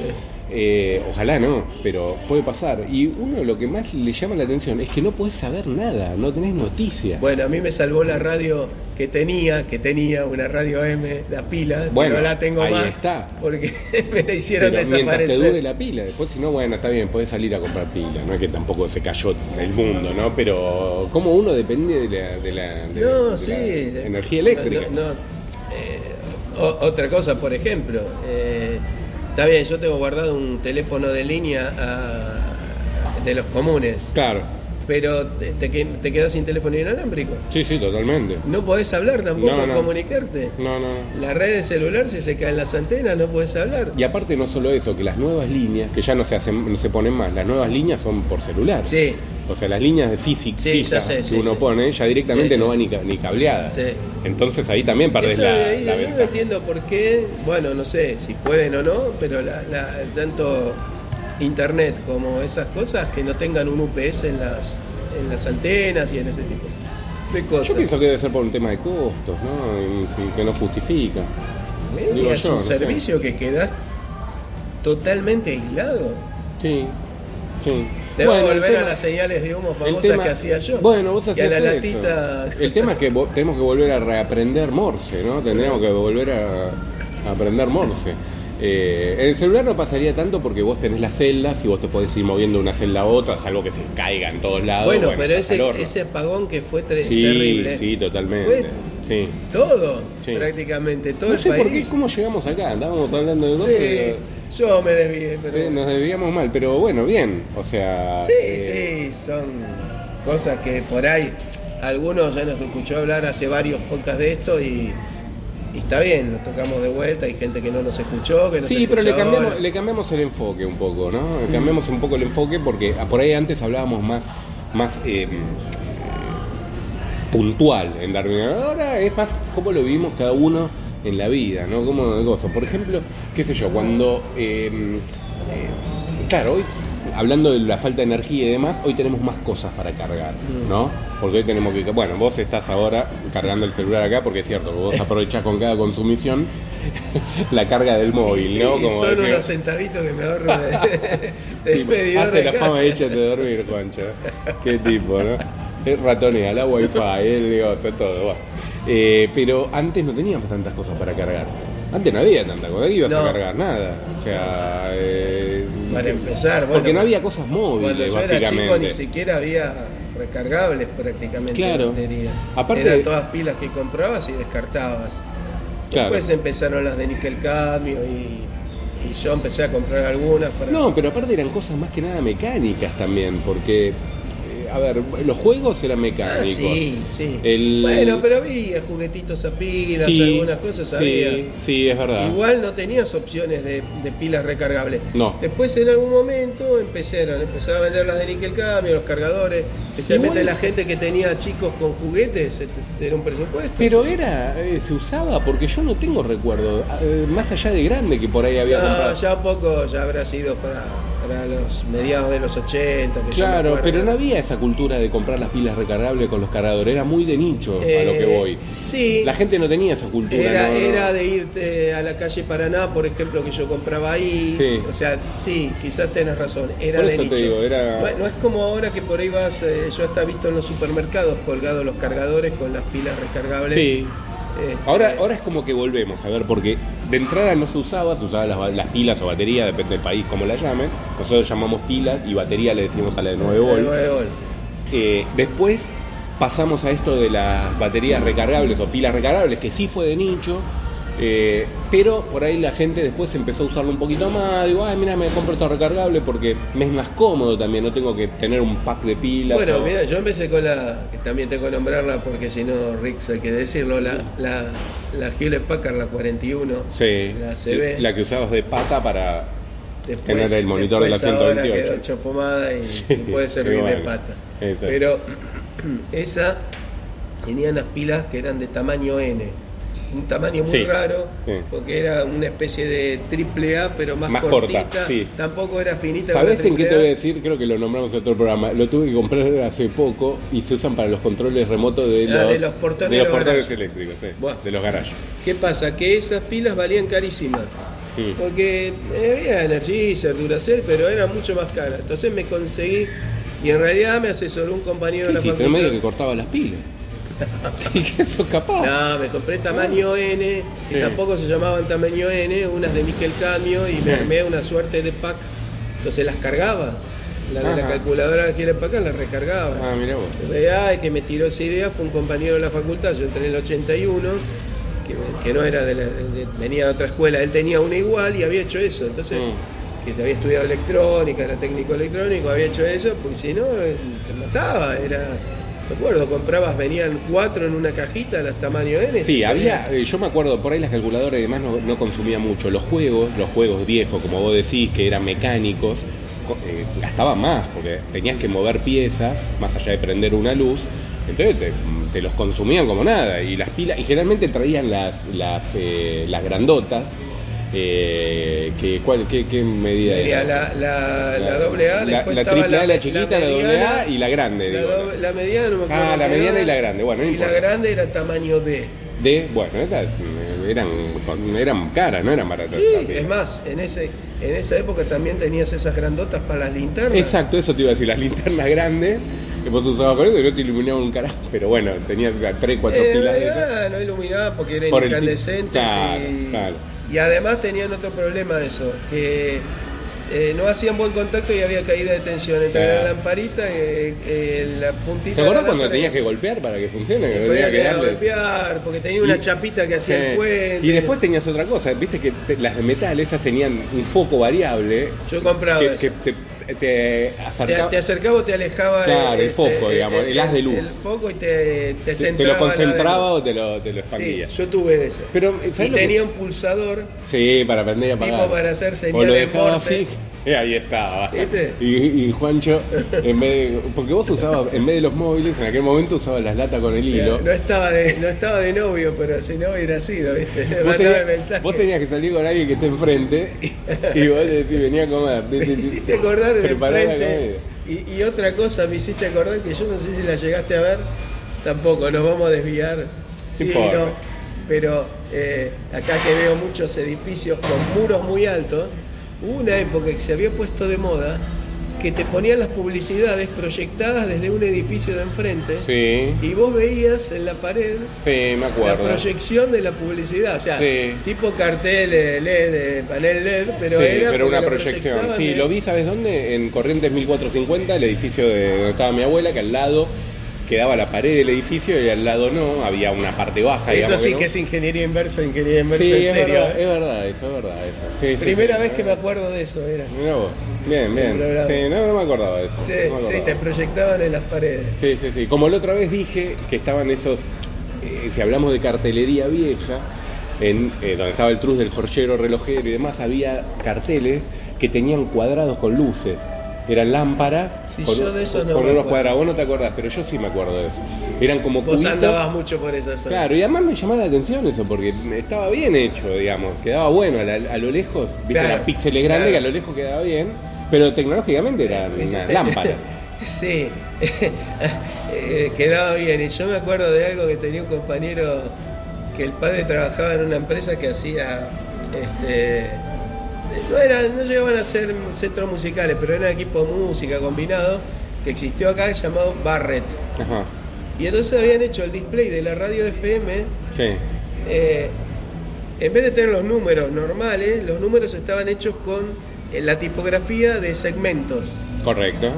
[SPEAKER 1] Eh, ojalá no, pero puede pasar. Y uno lo que más le llama la atención es que no podés saber nada, no tenés noticias.
[SPEAKER 2] Bueno, a mí me salvó la radio que tenía, que tenía una radio M, la pila,
[SPEAKER 1] Bueno,
[SPEAKER 2] pero no la tengo
[SPEAKER 1] ahí
[SPEAKER 2] más.
[SPEAKER 1] está.
[SPEAKER 2] Porque me la hicieron
[SPEAKER 1] Pero mientras te
[SPEAKER 2] desaparecer.
[SPEAKER 1] dure la pila, después si no, bueno, está bien, podés salir a comprar pila, no es que tampoco se cayó el mundo, ¿no? Pero como uno depende de la, de la- de-
[SPEAKER 2] No,
[SPEAKER 1] de
[SPEAKER 2] sí. eh,
[SPEAKER 1] la energía eléctrica.
[SPEAKER 2] No, no, eh, o- otra cosa, por ejemplo, eh, está bien, yo tengo guardado un teléfono de línea ah, de los comunes,
[SPEAKER 1] Claro,
[SPEAKER 2] pero te, te que- te quedas sin teléfono inalámbrico.
[SPEAKER 1] sí, sí, totalmente.
[SPEAKER 2] No podés hablar tampoco,
[SPEAKER 1] No, no.
[SPEAKER 2] comunicarte.
[SPEAKER 1] No, no, no.
[SPEAKER 2] La red de celular, si se caen las antenas, no podés hablar.
[SPEAKER 1] Y aparte no solo eso, que las nuevas líneas, que ya no se hacen, no se ponen más, las nuevas líneas son por celular.
[SPEAKER 2] Sí,
[SPEAKER 1] O sea, las líneas de física
[SPEAKER 2] Sí, ya sé,
[SPEAKER 1] que
[SPEAKER 2] sí,
[SPEAKER 1] uno
[SPEAKER 2] sí.
[SPEAKER 1] pone ya directamente
[SPEAKER 2] Sí.
[SPEAKER 1] no va ni, ca- ni cableada.
[SPEAKER 2] Sí.
[SPEAKER 1] Entonces ahí también perdés
[SPEAKER 2] Eso,
[SPEAKER 1] la,
[SPEAKER 2] ahí,
[SPEAKER 1] la
[SPEAKER 2] yo no
[SPEAKER 1] ventaja.
[SPEAKER 2] entiendo por qué, bueno, no sé si pueden o no, pero la- la- tanto internet como esas cosas que no tengan un UPS en las, en las antenas y en ese tipo de
[SPEAKER 1] Yo
[SPEAKER 2] cosas.
[SPEAKER 1] pienso que debe ser por un tema de costos, ¿no? Y- y Que no justifica.
[SPEAKER 2] Eh,
[SPEAKER 1] digo
[SPEAKER 2] es
[SPEAKER 1] yo,
[SPEAKER 2] un
[SPEAKER 1] no sé.
[SPEAKER 2] servicio que quedas totalmente aislado.
[SPEAKER 1] Sí, sí.
[SPEAKER 2] Te va
[SPEAKER 1] Bueno,
[SPEAKER 2] a
[SPEAKER 1] el
[SPEAKER 2] volver
[SPEAKER 1] tema-
[SPEAKER 2] a las señales de humo
[SPEAKER 1] el
[SPEAKER 2] famosas
[SPEAKER 1] tema-
[SPEAKER 2] que hacía yo.
[SPEAKER 1] Bueno, vos
[SPEAKER 2] Y a
[SPEAKER 1] hacías
[SPEAKER 2] la
[SPEAKER 1] eso.
[SPEAKER 2] latita.
[SPEAKER 1] El tema es que vo- tenemos que volver a reaprender Morse, ¿no? Tendríamos que volver a, a aprender Morse. Eh, en el celular no pasaría tanto porque vos tenés las celdas y vos te podés ir moviendo de una celda a otra, salvo que se caiga en todos lados.
[SPEAKER 2] Bueno, pero
[SPEAKER 1] estás al
[SPEAKER 2] ese,
[SPEAKER 1] horno.
[SPEAKER 2] ese apagón que fue tre-
[SPEAKER 1] Sí,
[SPEAKER 2] terrible.
[SPEAKER 1] sí,
[SPEAKER 2] Fue
[SPEAKER 1] totalmente. Sí.
[SPEAKER 2] todo,
[SPEAKER 1] Sí.
[SPEAKER 2] prácticamente, todo
[SPEAKER 1] No
[SPEAKER 2] el
[SPEAKER 1] sé
[SPEAKER 2] país.
[SPEAKER 1] por qué, cómo llegamos acá. Andábamos hablando de cosas,
[SPEAKER 2] Sí, yo me desvié,
[SPEAKER 1] pero,
[SPEAKER 2] pero.
[SPEAKER 1] eh, nos debíamos mal, pero bueno, bien. O sea.
[SPEAKER 2] sí,
[SPEAKER 1] eh,
[SPEAKER 2] sí, son cosas que por ahí algunos ya nos escuchó hablar hace varios podcasts de esto y, y está bien, nos tocamos de vuelta. Hay gente que no nos escuchó, que nos
[SPEAKER 1] Sí, pero le
[SPEAKER 2] escucha
[SPEAKER 1] cambiamos,
[SPEAKER 2] ahora. Mm.
[SPEAKER 1] le cambiamos el enfoque un poco, ¿no? Le cambiamos un poco el enfoque porque ah, por ahí antes hablábamos más, más eh, eh, puntual en Darwin. Ahora es más cómo lo vivimos cada uno en la vida, ¿no? Como gozo. Por ejemplo, qué sé yo, cuando. eh, eh, claro, hoy. Hablando de la falta de energía y demás, hoy tenemos más cosas para cargar, ¿no? Porque hoy tenemos que... Bueno, vos estás ahora cargando el celular acá, porque es cierto, vos aprovechás con cada consumición la carga del móvil,
[SPEAKER 2] Sí,
[SPEAKER 1] ¿no? Como
[SPEAKER 2] son
[SPEAKER 1] decía-
[SPEAKER 2] unos centavitos que me ahorro de, de
[SPEAKER 1] Tipo,
[SPEAKER 2] medidor
[SPEAKER 1] hazte
[SPEAKER 2] de
[SPEAKER 1] la
[SPEAKER 2] casa.
[SPEAKER 1] fama hecha de dormir, Juancho. Qué tipo, ¿no? Es ratonea, la wifi, el negocio, todo. bueno. Eh, pero antes no teníamos tantas cosas para cargar. Antes no había tantas cosas, ¿qué ibas a
[SPEAKER 2] No.
[SPEAKER 1] cargar? Nada. O sea. eh,
[SPEAKER 2] Para empezar, bueno.
[SPEAKER 1] porque no había cosas móviles,
[SPEAKER 2] Cuando yo era
[SPEAKER 1] básicamente.
[SPEAKER 2] chico ni siquiera había recargables prácticamente
[SPEAKER 1] Claro.
[SPEAKER 2] de batería.
[SPEAKER 1] Aparte-
[SPEAKER 2] Eran todas pilas que comprabas y descartabas.
[SPEAKER 1] Claro.
[SPEAKER 2] Después empezaron las de níquel cadmio y, y yo empecé a comprar algunas para Ah,
[SPEAKER 1] No, pero aparte eran cosas más que nada mecánicas también, porque eh, a ver, los juegos eran
[SPEAKER 2] Ah,
[SPEAKER 1] mecánicos.
[SPEAKER 2] sí, sí.
[SPEAKER 1] El-
[SPEAKER 2] Bueno, pero había juguetitos a pilas,
[SPEAKER 1] Sí,
[SPEAKER 2] algunas cosas había.
[SPEAKER 1] sí, sí, es verdad.
[SPEAKER 2] Igual no tenías opciones de, de pilas recargables.
[SPEAKER 1] No.
[SPEAKER 2] Después en algún momento empezaron, empezaron a vender las de níquel cambio, los cargadores, especialmente
[SPEAKER 1] Igual-
[SPEAKER 2] la gente que tenía chicos con juguetes, este, era un presupuesto.
[SPEAKER 1] Pero
[SPEAKER 2] Sí.
[SPEAKER 1] era, eh, se usaba, porque yo no tengo recuerdo, eh, más allá de grande que por ahí había
[SPEAKER 2] No,
[SPEAKER 1] comprado.
[SPEAKER 2] Ah, ya un poco ya habrá sido para, para los mediados de los 80. que yo me
[SPEAKER 1] Claro,
[SPEAKER 2] acuerdo.
[SPEAKER 1] pero no había esa cultura de comprar las pilas recargables con los cargadores, era muy de nicho a lo que
[SPEAKER 2] Eh,
[SPEAKER 1] voy.
[SPEAKER 2] Sí.
[SPEAKER 1] La gente no tenía esa cultura.
[SPEAKER 2] Era,
[SPEAKER 1] no, no.
[SPEAKER 2] era de irte a la calle Paraná, por ejemplo, que yo compraba ahí.
[SPEAKER 1] Sí.
[SPEAKER 2] O sea, sí, quizás tenés razón. Era
[SPEAKER 1] Por
[SPEAKER 2] de
[SPEAKER 1] eso te
[SPEAKER 2] nicho.
[SPEAKER 1] digo, era-
[SPEAKER 2] no, no es como ahora que por ahí vas, eh, yo hasta he visto en los supermercados colgados los cargadores con las pilas recargables.
[SPEAKER 1] Sí.
[SPEAKER 2] Este,
[SPEAKER 1] Ahora, ahora es como que volvemos, a ver, porque de entrada no se usaba, se usaban las, las pilas o baterías, depende del país como la llamen. Nosotros llamamos pilas y batería le decimos a la de 9
[SPEAKER 2] el
[SPEAKER 1] volt.
[SPEAKER 2] nueve volt.
[SPEAKER 1] Eh, después pasamos a esto de las baterías recargables o pilas recargables, que sí fue de nicho, eh, pero por ahí la gente después empezó a usarlo un poquito más. Digo, ay, mira, me compro esto recargable porque me es más cómodo también, no tengo que tener un pack de pilas.
[SPEAKER 2] Bueno,
[SPEAKER 1] o-
[SPEAKER 2] mira, yo empecé con la, que también tengo que nombrarla porque si no, Rick, hay que decirlo, la, la, la Hewlett Packard, la 41.
[SPEAKER 1] Sí,
[SPEAKER 2] la CB.
[SPEAKER 1] la que usabas de pata para.
[SPEAKER 2] Después,
[SPEAKER 1] Tener el monitor de la
[SPEAKER 2] después ahora
[SPEAKER 1] 128.
[SPEAKER 2] quedó hecho pomada y se puede servir
[SPEAKER 1] y
[SPEAKER 2] de
[SPEAKER 1] bueno,
[SPEAKER 2] pata.
[SPEAKER 1] exacto.
[SPEAKER 2] Pero esa tenía unas pilas que eran de tamaño N. Un tamaño muy
[SPEAKER 1] Sí,
[SPEAKER 2] raro,
[SPEAKER 1] sí.
[SPEAKER 2] porque era una especie de triple A, pero más,
[SPEAKER 1] Más corta,
[SPEAKER 2] cortita.
[SPEAKER 1] sí.
[SPEAKER 2] Tampoco era finita.
[SPEAKER 1] ¿Sabes en qué te voy a
[SPEAKER 2] ves?
[SPEAKER 1] decir? Creo que lo nombramos en otro programa. Lo tuve que comprar hace poco y se usan para los controles remotos de
[SPEAKER 2] Ah,
[SPEAKER 1] los,
[SPEAKER 2] de los portones
[SPEAKER 1] de
[SPEAKER 2] de
[SPEAKER 1] los
[SPEAKER 2] los
[SPEAKER 1] portones
[SPEAKER 2] garajes.
[SPEAKER 1] eléctricos, sí,
[SPEAKER 2] Buah.
[SPEAKER 1] de los garajes.
[SPEAKER 2] ¿Qué pasa? Que esas pilas valían carísimas.
[SPEAKER 1] Sí.
[SPEAKER 2] Porque eh, había Energizer, Duracell, pero era mucho más cara. Entonces me conseguí, y en realidad me asesoró un
[SPEAKER 1] ¿Qué
[SPEAKER 2] compañero de la
[SPEAKER 1] hiciste?
[SPEAKER 2] facultad.
[SPEAKER 1] No me digas que cortaba las pilas. ¿Y que eso capaz?
[SPEAKER 2] No, me compré tamaño N, que
[SPEAKER 1] Sí.
[SPEAKER 2] tampoco se llamaban tamaño N, unas de níquel cadmio y
[SPEAKER 1] Sí.
[SPEAKER 2] me armé una suerte de pack. Entonces las cargaba. La de la
[SPEAKER 1] Ajá.
[SPEAKER 2] calculadora que era pack las recargaba.
[SPEAKER 1] Ah, mira vos.
[SPEAKER 2] En realidad, el que me tiró esa idea fue un compañero de la facultad. Yo entré en el 81, que, me- que no era de la- de- venía de otra escuela. Él tenía una igual y había hecho eso. Entonces,
[SPEAKER 1] Mm.
[SPEAKER 2] que había estudiado electrónica, era técnico electrónico, había hecho eso, porque si no, eh, te mataba. Era, me acuerdo, comprabas, venían cuatro en una cajita, las tamaño N.
[SPEAKER 1] Sí,
[SPEAKER 2] te
[SPEAKER 1] había,
[SPEAKER 2] salía-
[SPEAKER 1] eh, yo me acuerdo, por ahí las calculadoras y demás no, no consumían mucho. Los juegos, los juegos viejos, como vos decís, que eran mecánicos, co- eh, gastaban más, porque tenías que mover piezas, más allá de prender una luz, entonces te, te los consumían como nada. Y las pilas, y generalmente traían las, las, eh, las grandotas, eh, que, ¿cuál, qué, qué medida
[SPEAKER 2] Tenía
[SPEAKER 1] era?
[SPEAKER 2] la, la, la doble
[SPEAKER 1] la-
[SPEAKER 2] A, después
[SPEAKER 1] la
[SPEAKER 2] estaba
[SPEAKER 1] triple A, la chiquita, la doble
[SPEAKER 2] mediana,
[SPEAKER 1] A y la grande,
[SPEAKER 2] La,
[SPEAKER 1] digo, ¿no?
[SPEAKER 2] doble- la mediana, no me acuerdo.
[SPEAKER 1] Ah, la
[SPEAKER 2] qué
[SPEAKER 1] mediana
[SPEAKER 2] era,
[SPEAKER 1] y la grande, bueno, no
[SPEAKER 2] Y la
[SPEAKER 1] importa.
[SPEAKER 2] grande era tamaño D.
[SPEAKER 1] de, bueno, esas eh, eran, eran caras, no eran baratas. esas
[SPEAKER 2] Sí,
[SPEAKER 1] pilas.
[SPEAKER 2] es más, en, ese, en esa época también tenías esas grandotas para las linternas.
[SPEAKER 1] Exacto, eso te iba a decir, las linternas grandes que vos usabas con eso y no te iluminaba un carajo, pero bueno, tenías 3, 4
[SPEAKER 2] Eh, en
[SPEAKER 1] pilas de esas.
[SPEAKER 2] realidad no iluminaba porque eran
[SPEAKER 1] Por el
[SPEAKER 2] incandescentes
[SPEAKER 1] tipo- claro,
[SPEAKER 2] y,
[SPEAKER 1] claro.
[SPEAKER 2] y además tenían otro problema eso, que eh, no hacían buen contacto y había caída de tensión entre
[SPEAKER 1] Claro.
[SPEAKER 2] la lamparita, eh, eh, la puntita...
[SPEAKER 1] ¿Te acuerdas
[SPEAKER 2] de la
[SPEAKER 1] cuando
[SPEAKER 2] lámpara
[SPEAKER 1] tenías que golpear para que funcione? Que
[SPEAKER 2] y
[SPEAKER 1] tenías
[SPEAKER 2] podía
[SPEAKER 1] que
[SPEAKER 2] quedar a
[SPEAKER 1] darle-
[SPEAKER 2] golpear porque tenía una
[SPEAKER 1] Y-
[SPEAKER 2] chapita que hacía
[SPEAKER 1] Sí.
[SPEAKER 2] el puente.
[SPEAKER 1] Y después tenías otra cosa, viste que te- las de metal esas tenían un foco variable
[SPEAKER 2] Yo compraba
[SPEAKER 1] que,
[SPEAKER 2] esas.
[SPEAKER 1] que te, te
[SPEAKER 2] te,
[SPEAKER 1] acercaba-
[SPEAKER 2] te acercaba o te alejaba este,
[SPEAKER 1] Claro, el foco, digamos, el haz de luz.
[SPEAKER 2] El foco y te,
[SPEAKER 1] te,
[SPEAKER 2] te
[SPEAKER 1] te lo
[SPEAKER 2] centraba la de
[SPEAKER 1] concentraba
[SPEAKER 2] luz.
[SPEAKER 1] o te lo, te lo
[SPEAKER 2] Sí,
[SPEAKER 1] expandía.
[SPEAKER 2] yo tuve de ese.
[SPEAKER 1] Pero, eh,
[SPEAKER 2] y
[SPEAKER 1] ¿sabes lo que-
[SPEAKER 2] tenía un pulsador
[SPEAKER 1] Sí, para aprender a
[SPEAKER 2] Tipo
[SPEAKER 1] pagar.
[SPEAKER 2] para hacer
[SPEAKER 1] O lo
[SPEAKER 2] señales
[SPEAKER 1] dejaba
[SPEAKER 2] Morse.
[SPEAKER 1] así. y ahí estaba.
[SPEAKER 2] ¿Viste?
[SPEAKER 1] Y, y Juancho, en vez de- porque vos usabas, en vez de los móviles, en aquel momento usabas las latas con el hilo.
[SPEAKER 2] No estaba, de, no estaba de novio, pero si no hubiera sido, ¿viste? Le mandaba
[SPEAKER 1] Vos tenías,
[SPEAKER 2] el mensaje.
[SPEAKER 1] vos tenías que salir con alguien que esté enfrente y, y vos le decís, venía a comer.
[SPEAKER 2] Me hiciste acordar de
[SPEAKER 1] Prepará la
[SPEAKER 2] frente. Y, y otra cosa me hiciste acordar que yo no sé si la llegaste a ver, tampoco, nos vamos a desviar. Sí,
[SPEAKER 1] importa.
[SPEAKER 2] no. Pero eh, acá que veo muchos edificios con muros muy altos, hubo una época que se había puesto de moda que te ponían las publicidades proyectadas desde un edificio de enfrente
[SPEAKER 1] Sí,
[SPEAKER 2] y vos veías en la pared
[SPEAKER 1] sí, me
[SPEAKER 2] La
[SPEAKER 1] acuerdo.
[SPEAKER 2] proyección de la publicidad, o sea,
[SPEAKER 1] Sí.
[SPEAKER 2] tipo cartel eh, LED, eh, panel LED, pero
[SPEAKER 1] sí,
[SPEAKER 2] era
[SPEAKER 1] pero
[SPEAKER 2] porque
[SPEAKER 1] una
[SPEAKER 2] lo
[SPEAKER 1] proyección.
[SPEAKER 2] proyectaban
[SPEAKER 1] Sí,
[SPEAKER 2] de-
[SPEAKER 1] lo vi, ¿sabes dónde? En Corrientes 1450, el edificio de donde estaba mi abuela, que al lado quedaba la pared del edificio y al lado no, había una parte baja.
[SPEAKER 2] Eso
[SPEAKER 1] digamos
[SPEAKER 2] sí
[SPEAKER 1] no.
[SPEAKER 2] que es ingeniería inversa, ingeniería inversa
[SPEAKER 1] Sí,
[SPEAKER 2] en
[SPEAKER 1] es,
[SPEAKER 2] serio.
[SPEAKER 1] verdad,
[SPEAKER 2] ¿eh?
[SPEAKER 1] es verdad eso, es verdad eso. Sí, sí,
[SPEAKER 2] Primera
[SPEAKER 1] sí,
[SPEAKER 2] vez
[SPEAKER 1] sí.
[SPEAKER 2] que me acuerdo de eso era.
[SPEAKER 1] Mirá vos. Bien, bien.
[SPEAKER 2] programa.
[SPEAKER 1] Sí, no, no me acordaba de eso.
[SPEAKER 2] Sí,
[SPEAKER 1] no me
[SPEAKER 2] sí,
[SPEAKER 1] acordaba.
[SPEAKER 2] te proyectaban en las paredes.
[SPEAKER 1] Sí, sí, sí. Como la otra vez dije que estaban esos, eh, si hablamos de cartelería vieja, en, eh, donde estaba el trus del jorgero, relojero y demás, había carteles que tenían cuadrados con luces. Eran lámparas
[SPEAKER 2] Sí,
[SPEAKER 1] con,
[SPEAKER 2] yo de eso no
[SPEAKER 1] con
[SPEAKER 2] me
[SPEAKER 1] unos
[SPEAKER 2] acuerdo.
[SPEAKER 1] cuadrados. Vos no te acordás, pero yo sí me acuerdo de eso. Eran como
[SPEAKER 2] Vos
[SPEAKER 1] cubitos.
[SPEAKER 2] andabas mucho por esa zona.
[SPEAKER 1] Claro, y además me llamaba la atención eso, porque estaba bien hecho, digamos. Quedaba bueno a, la- a lo lejos. Viste,
[SPEAKER 2] Claro,
[SPEAKER 1] las píxeles grandes
[SPEAKER 2] claro.
[SPEAKER 1] que a lo lejos quedaba bien, pero tecnológicamente era una
[SPEAKER 2] Este-
[SPEAKER 1] lámpara.
[SPEAKER 2] Sí, Eh, quedaba bien. Y yo me acuerdo de algo que tenía un compañero que el padre trabajaba en una empresa que hacía. Este, no, era, no llegaban a ser centros musicales, pero era un equipo de música combinado que existió acá llamado Barrett.
[SPEAKER 1] Ajá,
[SPEAKER 2] Y entonces habían hecho el display de la radio FM.
[SPEAKER 1] sí.
[SPEAKER 2] eh, en vez de tener los números normales, los números estaban hechos con eh, la tipografía de segmentos.
[SPEAKER 1] Correcto.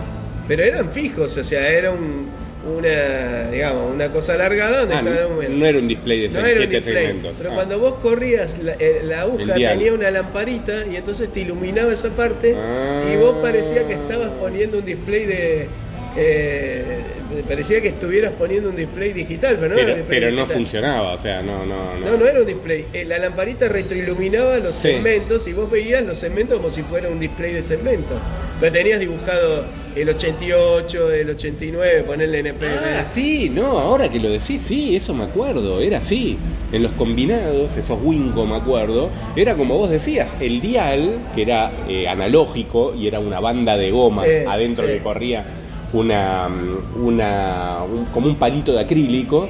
[SPEAKER 2] Pero eran fijos, o sea, era un- una, digamos, una cosa alargada donde
[SPEAKER 1] Ah,
[SPEAKER 2] estaba
[SPEAKER 1] no, no era un display de
[SPEAKER 2] no era
[SPEAKER 1] 7
[SPEAKER 2] un display,
[SPEAKER 1] segmentos.
[SPEAKER 2] Pero
[SPEAKER 1] Ah,
[SPEAKER 2] cuando vos corrías, la, eh, la aguja
[SPEAKER 1] El dial.
[SPEAKER 2] tenía una lamparita y entonces te iluminaba esa parte
[SPEAKER 1] Ah.
[SPEAKER 2] y vos parecía que estabas poniendo un display de... eh, parecía que estuvieras poniendo un display digital, pero no era
[SPEAKER 1] pero,
[SPEAKER 2] un display
[SPEAKER 1] pero no
[SPEAKER 2] digital.
[SPEAKER 1] funcionaba, o sea, no, no, no.
[SPEAKER 2] No, no era un display. Eh, La lamparita retroiluminaba los
[SPEAKER 1] Sí.
[SPEAKER 2] segmentos y vos veías los segmentos como si fuera un display de segmentos. Pero tenías dibujado el 88, el 89, ponerle NPM.
[SPEAKER 1] Ah, sí, no, ahora que lo decís, sí, eso me acuerdo, era así. En los combinados, esos Winco me acuerdo, era como vos decías, el dial, que era eh, analógico y era una banda de goma
[SPEAKER 2] Sí,
[SPEAKER 1] adentro
[SPEAKER 2] sí.
[SPEAKER 1] que corría una, mm, una un- como un palito de acrílico.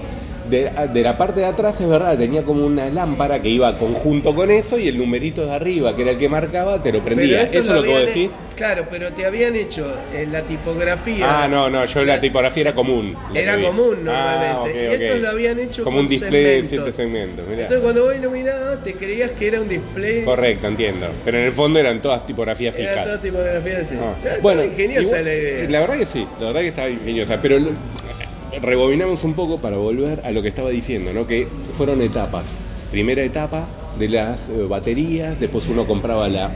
[SPEAKER 1] De, de la parte de atrás es verdad, tenía como una lámpara que iba conjunto con eso y el numerito de arriba, que era el que marcaba, te lo prendía.
[SPEAKER 2] esto
[SPEAKER 1] ¿eh? ¿Eso es lo que vos
[SPEAKER 2] habían he-
[SPEAKER 1] decís?
[SPEAKER 2] Claro, pero te habían hecho en la tipografía.
[SPEAKER 1] Ah, no, no, yo la tipografía era común. la
[SPEAKER 2] Era
[SPEAKER 1] que vi.
[SPEAKER 2] común
[SPEAKER 1] Ah,
[SPEAKER 2] normalmente.
[SPEAKER 1] ok,
[SPEAKER 2] Y estos
[SPEAKER 1] ok.
[SPEAKER 2] lo habían hecho
[SPEAKER 1] como
[SPEAKER 2] con
[SPEAKER 1] un display de siete
[SPEAKER 2] segmentos.
[SPEAKER 1] segmentos. mirá.
[SPEAKER 2] Entonces cuando vos iluminabas te creías que era un display.
[SPEAKER 1] Correcto, entiendo. Pero en el fondo eran todas tipografías
[SPEAKER 2] Era
[SPEAKER 1] fijas.
[SPEAKER 2] toda tipografía así.
[SPEAKER 1] Ah.
[SPEAKER 2] Era
[SPEAKER 1] Bueno,
[SPEAKER 2] ingeniosa
[SPEAKER 1] igual-
[SPEAKER 2] la idea.
[SPEAKER 1] La verdad que sí, la verdad que estaba ingeniosa. Pero lo- rebobinamos un poco para volver a lo que estaba diciendo, ¿no? Que fueron etapas. Primera etapa de las eh, baterías, después uno compraba la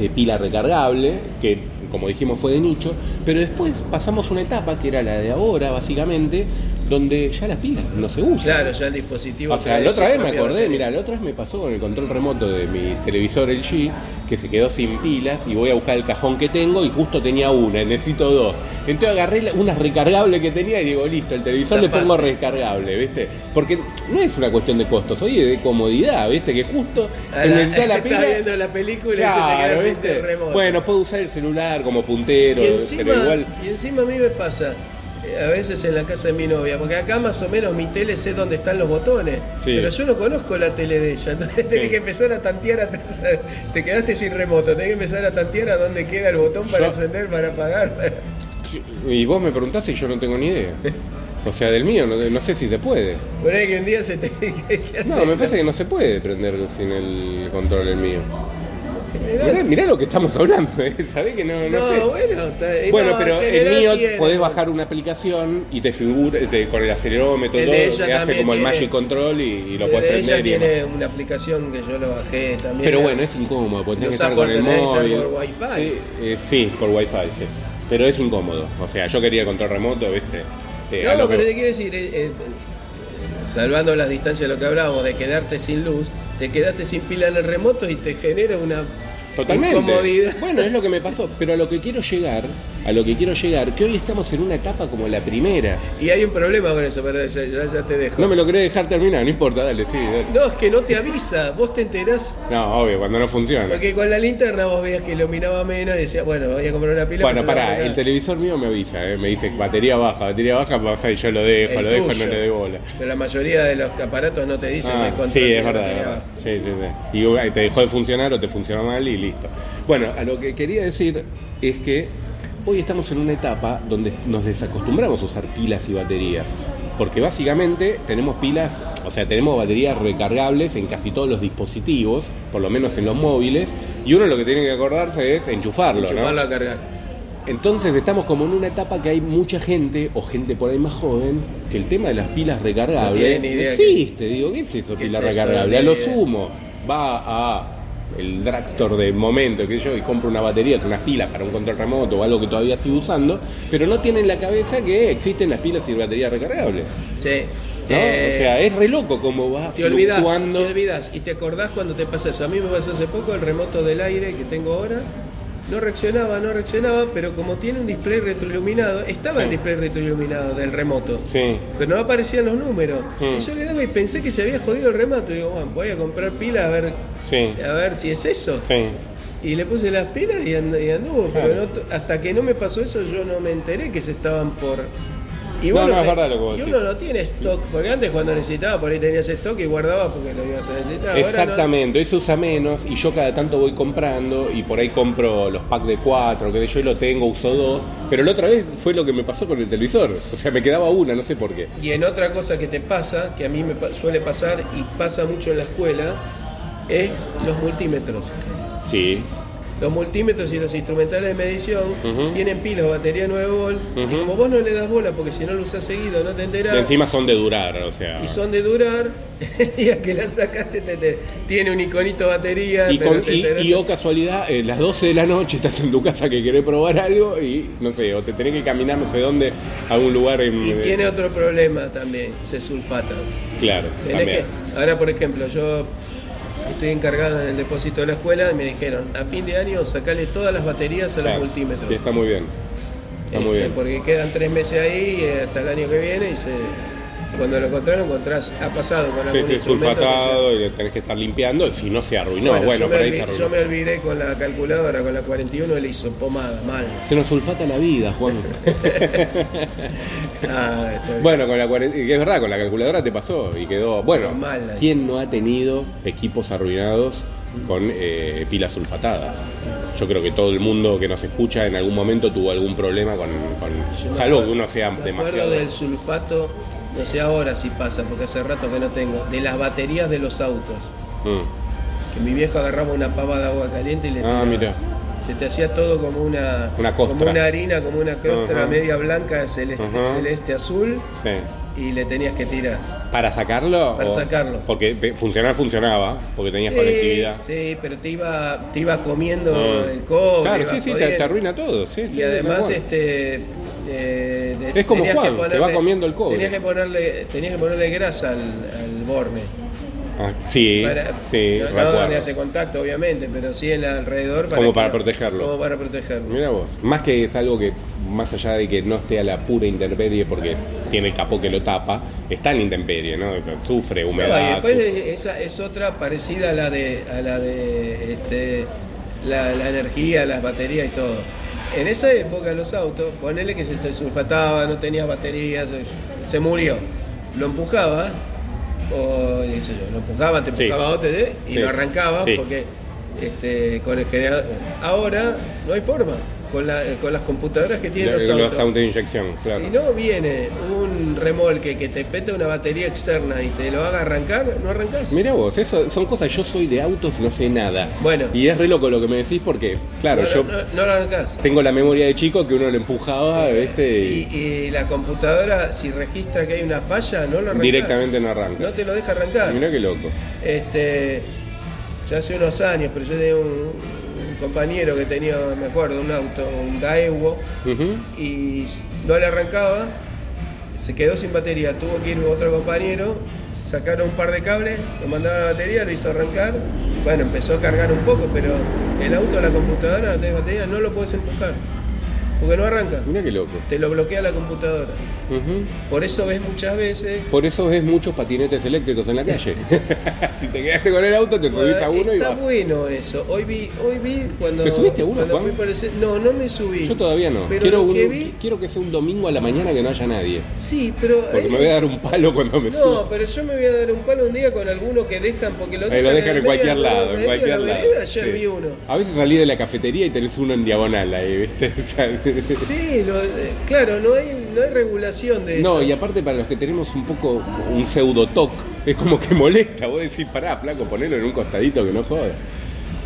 [SPEAKER 1] eh, pila recargable, que como dijimos fue de nicho, pero después pasamos una etapa que era la de ahora, básicamente, donde ya las pilas no se usan.
[SPEAKER 2] Claro, ya el dispositivo.
[SPEAKER 1] O sea,
[SPEAKER 2] trae
[SPEAKER 1] la otra
[SPEAKER 2] su
[SPEAKER 1] vez me
[SPEAKER 2] propia
[SPEAKER 1] acordé,
[SPEAKER 2] batería.
[SPEAKER 1] mira, la otra vez me pasó con el control remoto de mi televisor LG que se quedó sin pilas y voy a buscar el cajón que tengo y justo tenía una, y necesito dos. Entonces agarré la- unas recargables que tenía y digo, listo, el televisor le pongo
[SPEAKER 2] Zafaste.
[SPEAKER 1] recargable, ¿viste? Porque no es una cuestión de costos, oye, de comodidad, ¿viste? Que justo te necesita la
[SPEAKER 2] Estás
[SPEAKER 1] pila.
[SPEAKER 2] viendo la película y
[SPEAKER 1] Claro,
[SPEAKER 2] se te queda sin
[SPEAKER 1] ¿viste?
[SPEAKER 2] terremoto.
[SPEAKER 1] Bueno, puedo usar el celular como puntero,
[SPEAKER 2] y encima,
[SPEAKER 1] pero igual.
[SPEAKER 2] y encima a mí me pasa, eh, a veces en la casa de mi novia, porque acá más o menos mi tele sé dónde están los botones,
[SPEAKER 1] Sí.
[SPEAKER 2] pero yo no conozco la tele de ella, entonces tenés que empezar a tantear atrás, te quedaste sin remoto, tenés que empezar a tantear a dónde queda el botón para
[SPEAKER 1] Yo-
[SPEAKER 2] encender, para apagar. para-
[SPEAKER 1] Y vos me preguntás y yo no tengo ni idea. O sea, del mío, no- no sé si se puede.
[SPEAKER 2] Por ahí que un día se te... que- que
[SPEAKER 1] No,
[SPEAKER 2] hacer-
[SPEAKER 1] me parece que no se puede prender sin el control el mío.
[SPEAKER 2] General-
[SPEAKER 1] Mirá, mirá lo que estamos hablando, ¿eh? sabés que no, no
[SPEAKER 2] No,
[SPEAKER 1] sé.
[SPEAKER 2] bueno, está- eh,
[SPEAKER 1] Bueno,
[SPEAKER 2] no,
[SPEAKER 1] pero el
[SPEAKER 2] general
[SPEAKER 1] mío
[SPEAKER 2] tiene.
[SPEAKER 1] podés bajar una aplicación y te figura te- con el acelerómetro
[SPEAKER 2] El
[SPEAKER 1] todo,
[SPEAKER 2] de
[SPEAKER 1] te
[SPEAKER 2] ella
[SPEAKER 1] hace
[SPEAKER 2] también
[SPEAKER 1] como el
[SPEAKER 2] tiene-
[SPEAKER 1] Magic Control y, y lo
[SPEAKER 2] Eh,
[SPEAKER 1] podés
[SPEAKER 2] Ella
[SPEAKER 1] prender. y demás.
[SPEAKER 2] tiene una aplicación que yo lo bajé también.
[SPEAKER 1] Pero bueno, es incómodo, porque tenés que
[SPEAKER 2] Lo
[SPEAKER 1] estar con el
[SPEAKER 2] usás por tener que
[SPEAKER 1] móvil.
[SPEAKER 2] estar por Wi-Fi.
[SPEAKER 1] Sí, eh, sí, por Wi-Fi, sí. Pero es incómodo. O sea, yo quería el control remoto, ¿viste? Eh, a
[SPEAKER 2] no,
[SPEAKER 1] lo que-
[SPEAKER 2] pero te quiero decir, eh, eh, salvando las distancias de lo que hablábamos, de quedarte sin luz, te quedaste sin pila en el remoto y te genera una
[SPEAKER 1] Totalmente.
[SPEAKER 2] incomodidad.
[SPEAKER 1] Bueno, es lo que me pasó. Pero a lo que quiero llegar, a lo que quiero llegar, que hoy estamos en una etapa como la primera.
[SPEAKER 2] Y hay un problema con eso, pero ya, ya- ya te dejo.
[SPEAKER 1] No me lo querés dejar terminar, no importa, dale, sí, dale.
[SPEAKER 2] No, es que no te avisa, vos te enterás.
[SPEAKER 1] No, obvio, cuando no funciona.
[SPEAKER 2] Porque con la linterna vos veías que iluminaba menos y decías, bueno, voy a comprar una pila.
[SPEAKER 1] Bueno,
[SPEAKER 2] pero se
[SPEAKER 1] pará,
[SPEAKER 2] va a
[SPEAKER 1] el
[SPEAKER 2] arreglar.
[SPEAKER 1] televisor mío me avisa, ¿eh? me dice batería baja, batería baja, pasa y yo lo dejo,
[SPEAKER 2] El
[SPEAKER 1] lo dejo y no
[SPEAKER 2] tuyo.
[SPEAKER 1] le doy bola.
[SPEAKER 2] Pero la mayoría de los aparatos no te dicen
[SPEAKER 1] Ah,
[SPEAKER 2] que el control
[SPEAKER 1] sí,
[SPEAKER 2] tiene
[SPEAKER 1] es verdad,
[SPEAKER 2] batería
[SPEAKER 1] es verdad.
[SPEAKER 2] baja.
[SPEAKER 1] Sí, sí, sí. Y bueno, te dejó de funcionar o te funcionó mal y listo. Bueno, a lo que quería decir es que hoy estamos en una etapa donde nos desacostumbramos a usar pilas y baterías. Porque básicamente tenemos pilas, o sea, tenemos baterías recargables en casi todos los dispositivos, por lo menos en los móviles, y uno lo que tiene que acordarse es enchufarlo, ¿no?
[SPEAKER 2] Chuparlo a cargar.
[SPEAKER 1] Entonces estamos como en una etapa que hay mucha gente, o gente por ahí más joven, que el tema de las pilas recargables
[SPEAKER 2] No tiene ni idea
[SPEAKER 1] existe. Digo, ¿qué es eso,
[SPEAKER 2] ¿Qué
[SPEAKER 1] pila
[SPEAKER 2] es eso?
[SPEAKER 1] recargable?
[SPEAKER 2] No
[SPEAKER 1] A lo
[SPEAKER 2] tiene idea.
[SPEAKER 1] sumo, va a el drugstore de momento, que yo, y compra una batería, unas pilas para un control remoto o algo que todavía sigue usando, pero no tiene en la cabeza que existen las pilas y baterías recargables.
[SPEAKER 2] Sí.
[SPEAKER 1] ¿no?
[SPEAKER 2] Eh,
[SPEAKER 1] o sea, es re loco como va
[SPEAKER 2] Te olvidas,
[SPEAKER 1] fluctuando.
[SPEAKER 2] te olvidas y te acordás cuando te pasa eso. A mí me pasó hace poco el remoto del aire que tengo ahora. No reaccionaba, no reaccionaba, pero como tiene un display retroiluminado, estaba
[SPEAKER 1] Sí.
[SPEAKER 2] el display retroiluminado del remoto.
[SPEAKER 1] Sí.
[SPEAKER 2] Pero no aparecían los números.
[SPEAKER 1] Sí.
[SPEAKER 2] Y yo le daba y pensé que se había jodido el remoto. Y digo, bueno, voy a comprar pilas a ver,
[SPEAKER 1] Sí,
[SPEAKER 2] a ver si es eso.
[SPEAKER 1] sí,
[SPEAKER 2] Y le puse las pilas y, and- y anduvo.
[SPEAKER 1] Claro.
[SPEAKER 2] Pero no t- hasta que no me pasó eso, yo no me enteré que se estaban por. Y
[SPEAKER 1] No,
[SPEAKER 2] vos
[SPEAKER 1] no, es
[SPEAKER 2] te-
[SPEAKER 1] verdad lo que vos
[SPEAKER 2] y
[SPEAKER 1] decís.
[SPEAKER 2] uno no tiene stock, porque antes cuando necesitaba, por ahí tenías stock y guardabas porque lo ibas a necesitar. Ahora no-
[SPEAKER 1] Exactamente, eso usa menos y yo cada tanto voy comprando y por ahí compro los packs de 4, que yo lo tengo, uso dos, pero la otra vez fue lo que me pasó con el televisor, o sea, me quedaba una, no sé por qué.
[SPEAKER 2] Y en otra cosa que te pasa, que a mí me pa- suele pasar y pasa mucho en la escuela, es los multímetros.
[SPEAKER 1] Sí,
[SPEAKER 2] Los multímetros y los instrumentales de medición
[SPEAKER 1] Ujú.
[SPEAKER 2] tienen pilas, batería 9 volt. Y
[SPEAKER 1] Ujú.
[SPEAKER 2] como vos no le das bola porque si no lo usás seguido, no te enterás.
[SPEAKER 1] que encima son de durar, o sea.
[SPEAKER 2] Y son de durar, el día que la sacaste te- te- tiene un iconito batería.
[SPEAKER 1] Y,
[SPEAKER 2] pero
[SPEAKER 1] con-
[SPEAKER 2] te-
[SPEAKER 1] y-
[SPEAKER 2] te-
[SPEAKER 1] y, oh casualidad, eh, las 12 de la noche estás en tu casa que querés probar algo y no sé, o te tenés que caminar no sé dónde a algún lugar en.
[SPEAKER 2] y
[SPEAKER 1] eh,
[SPEAKER 2] tiene otro problema también, se sulfatan.
[SPEAKER 1] Claro,
[SPEAKER 2] Tenés
[SPEAKER 1] también.
[SPEAKER 2] que- ahora, por ejemplo, yo estoy encargado en el depósito de la escuela y me dijeron, a fin de año sacale todas las baterías a
[SPEAKER 1] Claro,
[SPEAKER 2] los multímetros.
[SPEAKER 1] sí, está muy bien. Está muy
[SPEAKER 2] Este,
[SPEAKER 1] bien.
[SPEAKER 2] Porque quedan tres meses ahí eh, hasta el año que viene y se- cuando lo encontrás, lo encontrás. Ha pasado con
[SPEAKER 1] Sí,
[SPEAKER 2] algún
[SPEAKER 1] sí,
[SPEAKER 2] instrumento que se-
[SPEAKER 1] sulfatado y le tenés que estar limpiando, si no se arruinó.
[SPEAKER 2] bueno,
[SPEAKER 1] Bueno,
[SPEAKER 2] yo, me
[SPEAKER 1] por ahí se
[SPEAKER 2] olvi-
[SPEAKER 1] arruinó.
[SPEAKER 2] yo me olvidé con la calculadora, con la 41 le hizo pomada, mal.
[SPEAKER 1] Se nos sulfata la vida, Juan.
[SPEAKER 2] Ah, está bien.
[SPEAKER 1] bueno, con la cuaren- que es verdad, con la calculadora te pasó y quedó. Bueno,
[SPEAKER 2] Mal, ahí.
[SPEAKER 1] ¿quién no ha tenido equipos arruinados con eh, pilas sulfatadas? Yo creo que todo el mundo que nos escucha en algún momento tuvo algún problema con. con-
[SPEAKER 2] Yo me
[SPEAKER 1] salvo
[SPEAKER 2] acuerdo-
[SPEAKER 1] que uno sea
[SPEAKER 2] me
[SPEAKER 1] demasiado.
[SPEAKER 2] acuerdo del sulfato, no sé ahora si pasa, porque hace rato que no tengo, de las baterías de los autos.
[SPEAKER 1] Mm,
[SPEAKER 2] Que mi vieja agarraba una pava de agua caliente y le
[SPEAKER 1] Ah,
[SPEAKER 2] tiraba.
[SPEAKER 1] mira.
[SPEAKER 2] Se te hacía todo como una,
[SPEAKER 1] Una costra.
[SPEAKER 2] como una harina, como una crostra
[SPEAKER 1] Ajá.
[SPEAKER 2] media blanca, celeste,
[SPEAKER 1] Ajá.
[SPEAKER 2] celeste azul,
[SPEAKER 1] sí.
[SPEAKER 2] y le tenías que tirar.
[SPEAKER 1] ¿Para sacarlo?
[SPEAKER 2] Para
[SPEAKER 1] o-
[SPEAKER 2] sacarlo.
[SPEAKER 1] Porque te- funcionar funcionaba, porque tenías
[SPEAKER 2] Sí,
[SPEAKER 1] conectividad.
[SPEAKER 2] sí, pero te iba, te iba comiendo
[SPEAKER 1] Ah.
[SPEAKER 2] el cobre.
[SPEAKER 1] Claro,
[SPEAKER 2] iba
[SPEAKER 1] sí, sí, te,
[SPEAKER 2] jodiendo.
[SPEAKER 1] te arruina todo. Sí, sí,
[SPEAKER 2] Y además,
[SPEAKER 1] tal cual.
[SPEAKER 2] este. eh, de-
[SPEAKER 1] Es como
[SPEAKER 2] tenías
[SPEAKER 1] Juan,
[SPEAKER 2] que
[SPEAKER 1] te va comiendo el cobre.
[SPEAKER 2] Tenías que ponerle, tenías que ponerle grasa al, al borne.
[SPEAKER 1] Ah, sí,
[SPEAKER 2] Para-
[SPEAKER 1] sí,
[SPEAKER 2] no, no
[SPEAKER 1] recuerdo.
[SPEAKER 2] donde hace contacto, obviamente, pero sí en el alrededor.
[SPEAKER 1] Como
[SPEAKER 2] que
[SPEAKER 1] para
[SPEAKER 2] no-
[SPEAKER 1] protegerlo.
[SPEAKER 2] Como para protegerlo.
[SPEAKER 1] Mira vos, más que es algo que más allá de que no esté a la pura intemperie porque tiene el capó que lo tapa, está en la intemperie, ¿no? O sea, sufre
[SPEAKER 2] No, y
[SPEAKER 1] humedad.
[SPEAKER 2] después
[SPEAKER 1] sufre-
[SPEAKER 2] eh, esa es otra parecida a la de, a la, de este, la, la energía, las baterías y todo. En esa época los autos, ponele que se te sulfataba, no tenías baterías, se, se murió. Lo empujaba, o qué sé yo, lo empujaba, te
[SPEAKER 1] Sí.
[SPEAKER 2] empujaba otro ¿eh? y
[SPEAKER 1] Sí.
[SPEAKER 2] lo arrancaba
[SPEAKER 1] Sí.
[SPEAKER 2] porque este, con el generador. Ahora no hay forma, con, la- con las computadoras que tienen
[SPEAKER 1] los,
[SPEAKER 2] los autos.
[SPEAKER 1] autos de inyección, claro.
[SPEAKER 2] Si no viene un remolque que te peta una batería externa y te lo haga arrancar, no arrancás.
[SPEAKER 1] Mira vos, eso son cosas, yo soy de autos, no sé nada.
[SPEAKER 2] Bueno.
[SPEAKER 1] Y es re loco lo que me decís porque, claro,
[SPEAKER 2] no,
[SPEAKER 1] yo
[SPEAKER 2] no, no lo arrancás.
[SPEAKER 1] tengo la memoria de chico que uno lo empujaba, ¿viste?
[SPEAKER 2] Y,
[SPEAKER 1] Y,
[SPEAKER 2] y la computadora, si registra que hay una falla, no lo arrancás.
[SPEAKER 1] directamente no arranca.
[SPEAKER 2] No te lo deja arrancar.
[SPEAKER 1] Mirá qué loco.
[SPEAKER 2] Este, ya hace unos años, pero yo tenía un, un compañero que tenía, me acuerdo, un auto, un Daewoo,
[SPEAKER 1] Ujú.
[SPEAKER 2] y no le arrancaba, se quedó sin batería, tuvo que ir otro compañero, sacaron un par de cables, lo mandaron a la batería, lo hizo arrancar, bueno, empezó a cargar un poco, pero el auto, la computadora, no tenés batería, no lo puedes empujar, porque no arranca,
[SPEAKER 1] Mirá qué loco.
[SPEAKER 2] te lo bloquea la computadora.
[SPEAKER 1] Ujú.
[SPEAKER 2] Por eso ves muchas veces...
[SPEAKER 1] Por eso ves muchos patinetes eléctricos en la calle. si te quedaste con el auto, te subís a uno y
[SPEAKER 2] está
[SPEAKER 1] vas.
[SPEAKER 2] bueno eso. Hoy vi, hoy vi cuando.
[SPEAKER 1] ¿Te subiste a uno,
[SPEAKER 2] cuando
[SPEAKER 1] Juan?
[SPEAKER 2] fui por el ce- No, no me subí.
[SPEAKER 1] Yo todavía no.
[SPEAKER 2] Pero
[SPEAKER 1] Quiero,
[SPEAKER 2] lo
[SPEAKER 1] un-
[SPEAKER 2] que vi,
[SPEAKER 1] quiero que sea un domingo a la mañana que no haya nadie.
[SPEAKER 2] sí, pero.
[SPEAKER 1] Porque
[SPEAKER 2] eh,
[SPEAKER 1] me voy a dar un palo cuando me
[SPEAKER 2] No,
[SPEAKER 1] suba.
[SPEAKER 2] pero yo me voy a dar un palo un día con alguno que dejan porque lo
[SPEAKER 1] Eh,
[SPEAKER 2] dejan,
[SPEAKER 1] lo
[SPEAKER 2] al
[SPEAKER 1] dejan en
[SPEAKER 2] medio
[SPEAKER 1] cualquier
[SPEAKER 2] de la-
[SPEAKER 1] lado,
[SPEAKER 2] medio
[SPEAKER 1] en
[SPEAKER 2] de
[SPEAKER 1] cualquier
[SPEAKER 2] la
[SPEAKER 1] lado.
[SPEAKER 2] vereda. Ayer
[SPEAKER 1] Sí.
[SPEAKER 2] vi uno.
[SPEAKER 1] A veces salí de la cafetería y tenés uno en diagonal ahí, ¿viste? O sea,
[SPEAKER 2] Sí, lo- eh, claro, no hay, no hay regulación de eso.
[SPEAKER 1] no, y aparte para los que tenemos un poco un pseudo toc, es como que molesta. Vos decís, pará, flaco, ponelo en un costadito que no joda.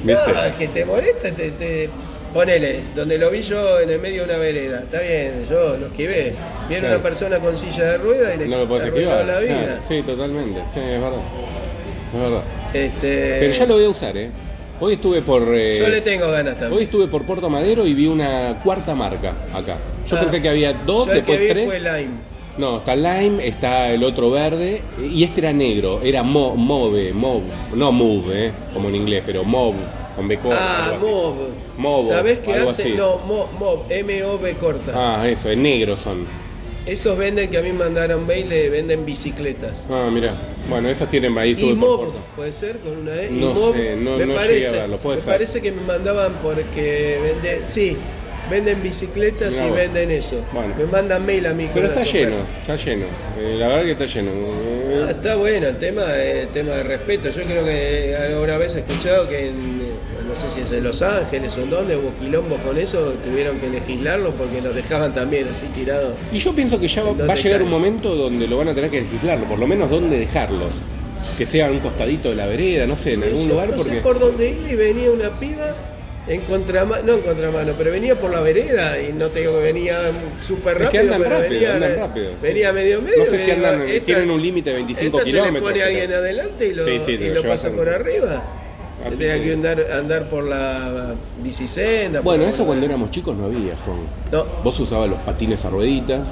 [SPEAKER 1] ¿Viste?
[SPEAKER 2] No, es que te molesta, te, te- Ponele, donde lo vi yo en el medio de una vereda, está bien, yo lo esquivé. Viene
[SPEAKER 1] Claro.
[SPEAKER 2] una persona con silla de rueda y le
[SPEAKER 1] No lo podés
[SPEAKER 2] arruinó
[SPEAKER 1] esquivar.
[SPEAKER 2] la vida.
[SPEAKER 1] Claro, sí, totalmente. Sí, es verdad. Es verdad.
[SPEAKER 2] Este,
[SPEAKER 1] Pero ya lo voy a usar, ¿eh? Hoy estuve por. eh,
[SPEAKER 2] Yo le tengo ganas
[SPEAKER 1] Hoy
[SPEAKER 2] también.
[SPEAKER 1] estuve por Puerto Madero y vi una cuarta marca acá. Yo
[SPEAKER 2] Ah.
[SPEAKER 1] pensé que había dos,
[SPEAKER 2] Yo el
[SPEAKER 1] después
[SPEAKER 2] que vi
[SPEAKER 1] tres.
[SPEAKER 2] fue Lime.
[SPEAKER 1] No, está Lime, está el otro verde y este era negro, era mo, Move, Move, no Move, eh, como en inglés, pero Move, con B corta.
[SPEAKER 2] ah,
[SPEAKER 1] algo así.
[SPEAKER 2] Mob.
[SPEAKER 1] Mobo,
[SPEAKER 2] ¿Sabés qué
[SPEAKER 1] algo
[SPEAKER 2] hace?
[SPEAKER 1] así.
[SPEAKER 2] No, Mo- Mob, M-O-B corta.
[SPEAKER 1] Ah, eso, es negro son.
[SPEAKER 2] Esos venden que a mí me mandaron mail, le venden bicicletas.
[SPEAKER 1] Ah, mira. Bueno, esas tienen ahí
[SPEAKER 2] Y
[SPEAKER 1] estuve por
[SPEAKER 2] Mob,
[SPEAKER 1] Puerto.
[SPEAKER 2] puede ser con una E. Y
[SPEAKER 1] No
[SPEAKER 2] Mob,
[SPEAKER 1] sé, no- no
[SPEAKER 2] me
[SPEAKER 1] llegué
[SPEAKER 2] parece,
[SPEAKER 1] a verlo, puede
[SPEAKER 2] me
[SPEAKER 1] ser.
[SPEAKER 2] parece que me mandaban porque venden, sí, venden bicicletas
[SPEAKER 1] Mirá
[SPEAKER 2] y
[SPEAKER 1] vos.
[SPEAKER 2] venden eso.
[SPEAKER 1] Bueno.
[SPEAKER 2] Me mandan mail a mí. con
[SPEAKER 1] Pero está
[SPEAKER 2] las
[SPEAKER 1] lleno,
[SPEAKER 2] ofertas.
[SPEAKER 1] está lleno. Eh, la verdad que está lleno. Eh,
[SPEAKER 2] Ah, está bueno el tema, eh, tema de respeto. Yo creo que alguna vez he escuchado que en, eh, no sé si es en Los Ángeles o en dónde hubo quilombos con eso, tuvieron que legislarlo porque los dejaban también así tirados.
[SPEAKER 1] Y yo pienso que ya
[SPEAKER 2] ¿Dónde
[SPEAKER 1] va a llegar
[SPEAKER 2] cae?
[SPEAKER 1] un momento donde lo van a tener que legislarlo, por lo menos dónde dejarlos. Que sea a un costadito de la vereda, no sé, en algún
[SPEAKER 2] Yo
[SPEAKER 1] lugar,
[SPEAKER 2] no
[SPEAKER 1] porque.
[SPEAKER 2] sé por dónde iba y venía una piba en contramano, no en contramano, pero venía por la vereda y no te digo que venía súper
[SPEAKER 1] Es que
[SPEAKER 2] rápido,
[SPEAKER 1] andan
[SPEAKER 2] pero
[SPEAKER 1] rápido,
[SPEAKER 2] venía,
[SPEAKER 1] andan rápido.
[SPEAKER 2] venía
[SPEAKER 1] sí.
[SPEAKER 2] medio medio.
[SPEAKER 1] No sé
[SPEAKER 2] y
[SPEAKER 1] si
[SPEAKER 2] digo,
[SPEAKER 1] andan,
[SPEAKER 2] esta-
[SPEAKER 1] tienen un límite de 25
[SPEAKER 2] esta
[SPEAKER 1] kilómetros.
[SPEAKER 2] Se le pone
[SPEAKER 1] pero-
[SPEAKER 2] alguien adelante y lo,
[SPEAKER 1] Sí, sí, te
[SPEAKER 2] y
[SPEAKER 1] lo
[SPEAKER 2] lo
[SPEAKER 1] llevas
[SPEAKER 2] pasa
[SPEAKER 1] al-
[SPEAKER 2] por arriba.
[SPEAKER 1] Así
[SPEAKER 2] Tenía
[SPEAKER 1] que-
[SPEAKER 2] que andar, andar por la bicicenda.
[SPEAKER 1] Bueno,
[SPEAKER 2] por-
[SPEAKER 1] eso cuando éramos chicos no había, Juan.
[SPEAKER 2] No,
[SPEAKER 1] Vos usabas los patines a rueditas.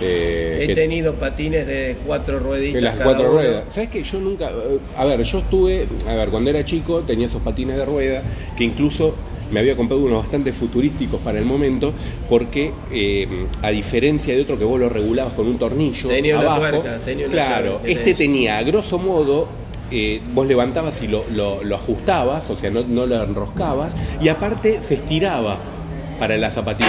[SPEAKER 1] eh,
[SPEAKER 2] he
[SPEAKER 1] que-
[SPEAKER 2] tenido patines de cuatro rueditas.
[SPEAKER 1] que las
[SPEAKER 2] cada
[SPEAKER 1] cuatro
[SPEAKER 2] uno.
[SPEAKER 1] ruedas. ¿Sabes que yo nunca.? eh, A ver, yo estuve. A ver, cuando era chico tenía esos patines de rueda que incluso me había comprado unos bastante futurísticos para el momento, porque eh, a diferencia de otro que vos lo regulabas con un tornillo.
[SPEAKER 2] Tenía una
[SPEAKER 1] abajo,
[SPEAKER 2] tuerca, tenía una
[SPEAKER 1] Claro,
[SPEAKER 2] llave,
[SPEAKER 1] este
[SPEAKER 2] tenés.
[SPEAKER 1] tenía, a grosso modo. eh, vos levantabas y lo, lo- lo ajustabas, o sea, no, no lo enroscabas, y aparte se estiraba para la zapatilla.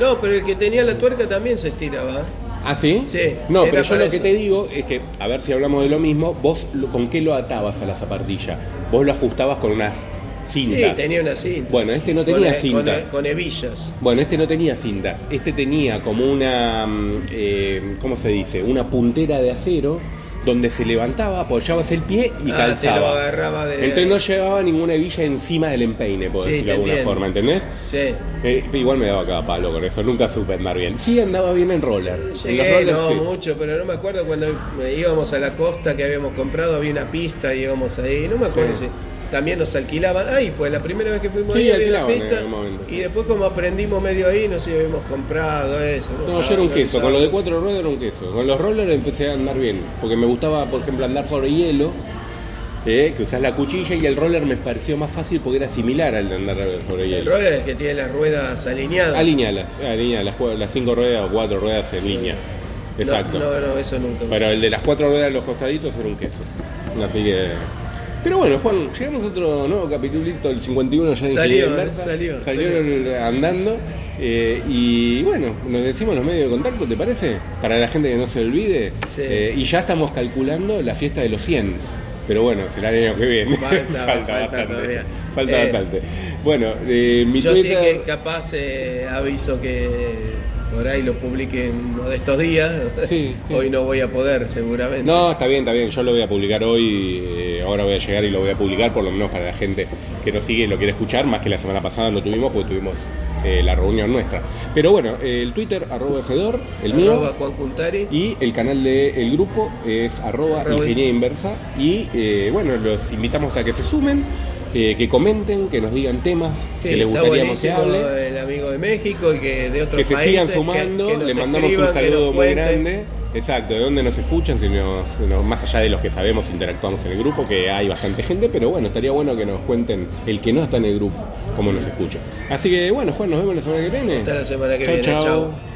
[SPEAKER 2] No, pero el que tenía la tuerca también se estiraba.
[SPEAKER 1] ¿Ah, sí?
[SPEAKER 2] Sí,
[SPEAKER 1] No,
[SPEAKER 2] era
[SPEAKER 1] pero yo
[SPEAKER 2] para
[SPEAKER 1] lo que
[SPEAKER 2] eso.
[SPEAKER 1] te digo es que, a ver si hablamos de lo mismo, vos lo- con qué lo atabas a la zapatilla. Vos lo ajustabas con unas
[SPEAKER 2] Sí,
[SPEAKER 1] cintas.
[SPEAKER 2] tenía una cinta.
[SPEAKER 1] Bueno, este no
[SPEAKER 2] Con- e-,
[SPEAKER 1] tenía
[SPEAKER 2] con-
[SPEAKER 1] cintas.
[SPEAKER 2] con hebillas.
[SPEAKER 1] Bueno, este no tenía cintas. Este tenía como una, mm, eh, ¿cómo se dice? Una puntera de acero donde se levantaba, apoyabas el pie y
[SPEAKER 2] Ah,
[SPEAKER 1] calzaba.
[SPEAKER 2] te lo agarraba de.
[SPEAKER 1] Entonces no llevaba ninguna hebilla encima del empeine, por decirlo
[SPEAKER 2] Sí,
[SPEAKER 1] de
[SPEAKER 2] te
[SPEAKER 1] alguna
[SPEAKER 2] entiendo.
[SPEAKER 1] forma, ¿entendés?
[SPEAKER 2] Sí.
[SPEAKER 1] Eh, igual me daba cada palo con eso, nunca supe andar bien. Sí andaba bien en roller. En los
[SPEAKER 2] Llegué,
[SPEAKER 1] rollers,
[SPEAKER 2] no
[SPEAKER 1] sí.
[SPEAKER 2] mucho, pero no me acuerdo cuando eh, íbamos a la costa que habíamos comprado, había una pista y íbamos ahí. No me acuerdo
[SPEAKER 1] Sí.
[SPEAKER 2] si también nos alquilaban. Ahí fue la primera vez que fuimos
[SPEAKER 1] Sí,
[SPEAKER 2] ahí, había una
[SPEAKER 1] alquilaban en
[SPEAKER 2] pista.
[SPEAKER 1] algún momento.
[SPEAKER 2] Y después, como aprendimos medio ahí, nos habíamos comprado eso.
[SPEAKER 1] No, yo era un queso, con lo de cuatro ruedas era un queso. Con los rollers empecé a andar bien, porque me gustaba, por ejemplo, andar sobre hielo, eh, que usás la cuchilla y el roller me pareció más fácil porque era similar al de andar sobre
[SPEAKER 2] El
[SPEAKER 1] hielo.
[SPEAKER 2] roller es que tiene las ruedas alineadas.
[SPEAKER 1] Alinealas, alinea las, cua- las cinco ruedas o cuatro ruedas en línea.
[SPEAKER 2] No,
[SPEAKER 1] Exacto.
[SPEAKER 2] No, no, eso nunca.
[SPEAKER 1] Pero el de las cuatro ruedas en los costaditos era un queso. Así que. Pero bueno, Juan, llegamos a otro nuevo capitulito, el 51 ya de
[SPEAKER 2] Salió,
[SPEAKER 1] Ingeniería Inversa.
[SPEAKER 2] salió,
[SPEAKER 1] Salieron andando. eh, y bueno, nos decimos los medios de contacto, ¿te parece? Para la gente que no se olvide.
[SPEAKER 2] Sí.
[SPEAKER 1] Eh, y ya estamos calculando la fiesta de los 100. Pero bueno, será el año que viene.
[SPEAKER 2] Falta, falta todavía.
[SPEAKER 1] Falta
[SPEAKER 2] Eh,
[SPEAKER 1] bastante. Bueno, eh, mi
[SPEAKER 2] Yo sí
[SPEAKER 1] Twitter-
[SPEAKER 2] que capaz eh, aviso que por ahí lo publique en uno de estos días.
[SPEAKER 1] Sí, sí.
[SPEAKER 2] Hoy no voy a poder, seguramente.
[SPEAKER 1] No, está bien, está bien. Yo lo voy a publicar hoy. eh, ahora voy a llegar y lo voy a publicar, por lo menos para la gente que nos sigue y lo quiere escuchar, más que la semana pasada no tuvimos porque tuvimos eh, la reunión nuestra. Pero bueno, eh, el Twitter, arroba Fedor, el mío.
[SPEAKER 2] Arroba Juan Cuntari.
[SPEAKER 1] Y el canal del grupo es arroba
[SPEAKER 2] Arroba.
[SPEAKER 1] ingeniería inversa. Y eh, bueno, los invitamos a que se sumen, eh, que comenten, que nos digan temas
[SPEAKER 2] Sí,
[SPEAKER 1] que les
[SPEAKER 2] está
[SPEAKER 1] gustaría que
[SPEAKER 2] buenísimo
[SPEAKER 1] hable.
[SPEAKER 2] el amigo de México y que de otros
[SPEAKER 1] Que se
[SPEAKER 2] países
[SPEAKER 1] sigan sumando,
[SPEAKER 2] que- que nos
[SPEAKER 1] le mandamos un
[SPEAKER 2] escriban, que
[SPEAKER 1] saludo
[SPEAKER 2] nos
[SPEAKER 1] muy
[SPEAKER 2] cuenten.
[SPEAKER 1] grande. Exacto, de dónde nos escuchan, si nos- no- más allá de los que sabemos interactuamos en el grupo, que hay bastante gente, pero bueno, estaría bueno que nos cuenten el que no está en el grupo, cómo nos escucha. Así que bueno, Juan, nos vemos la semana que viene.
[SPEAKER 2] Hasta la semana que
[SPEAKER 1] Chau,
[SPEAKER 2] viene.
[SPEAKER 1] chau.
[SPEAKER 2] Chao.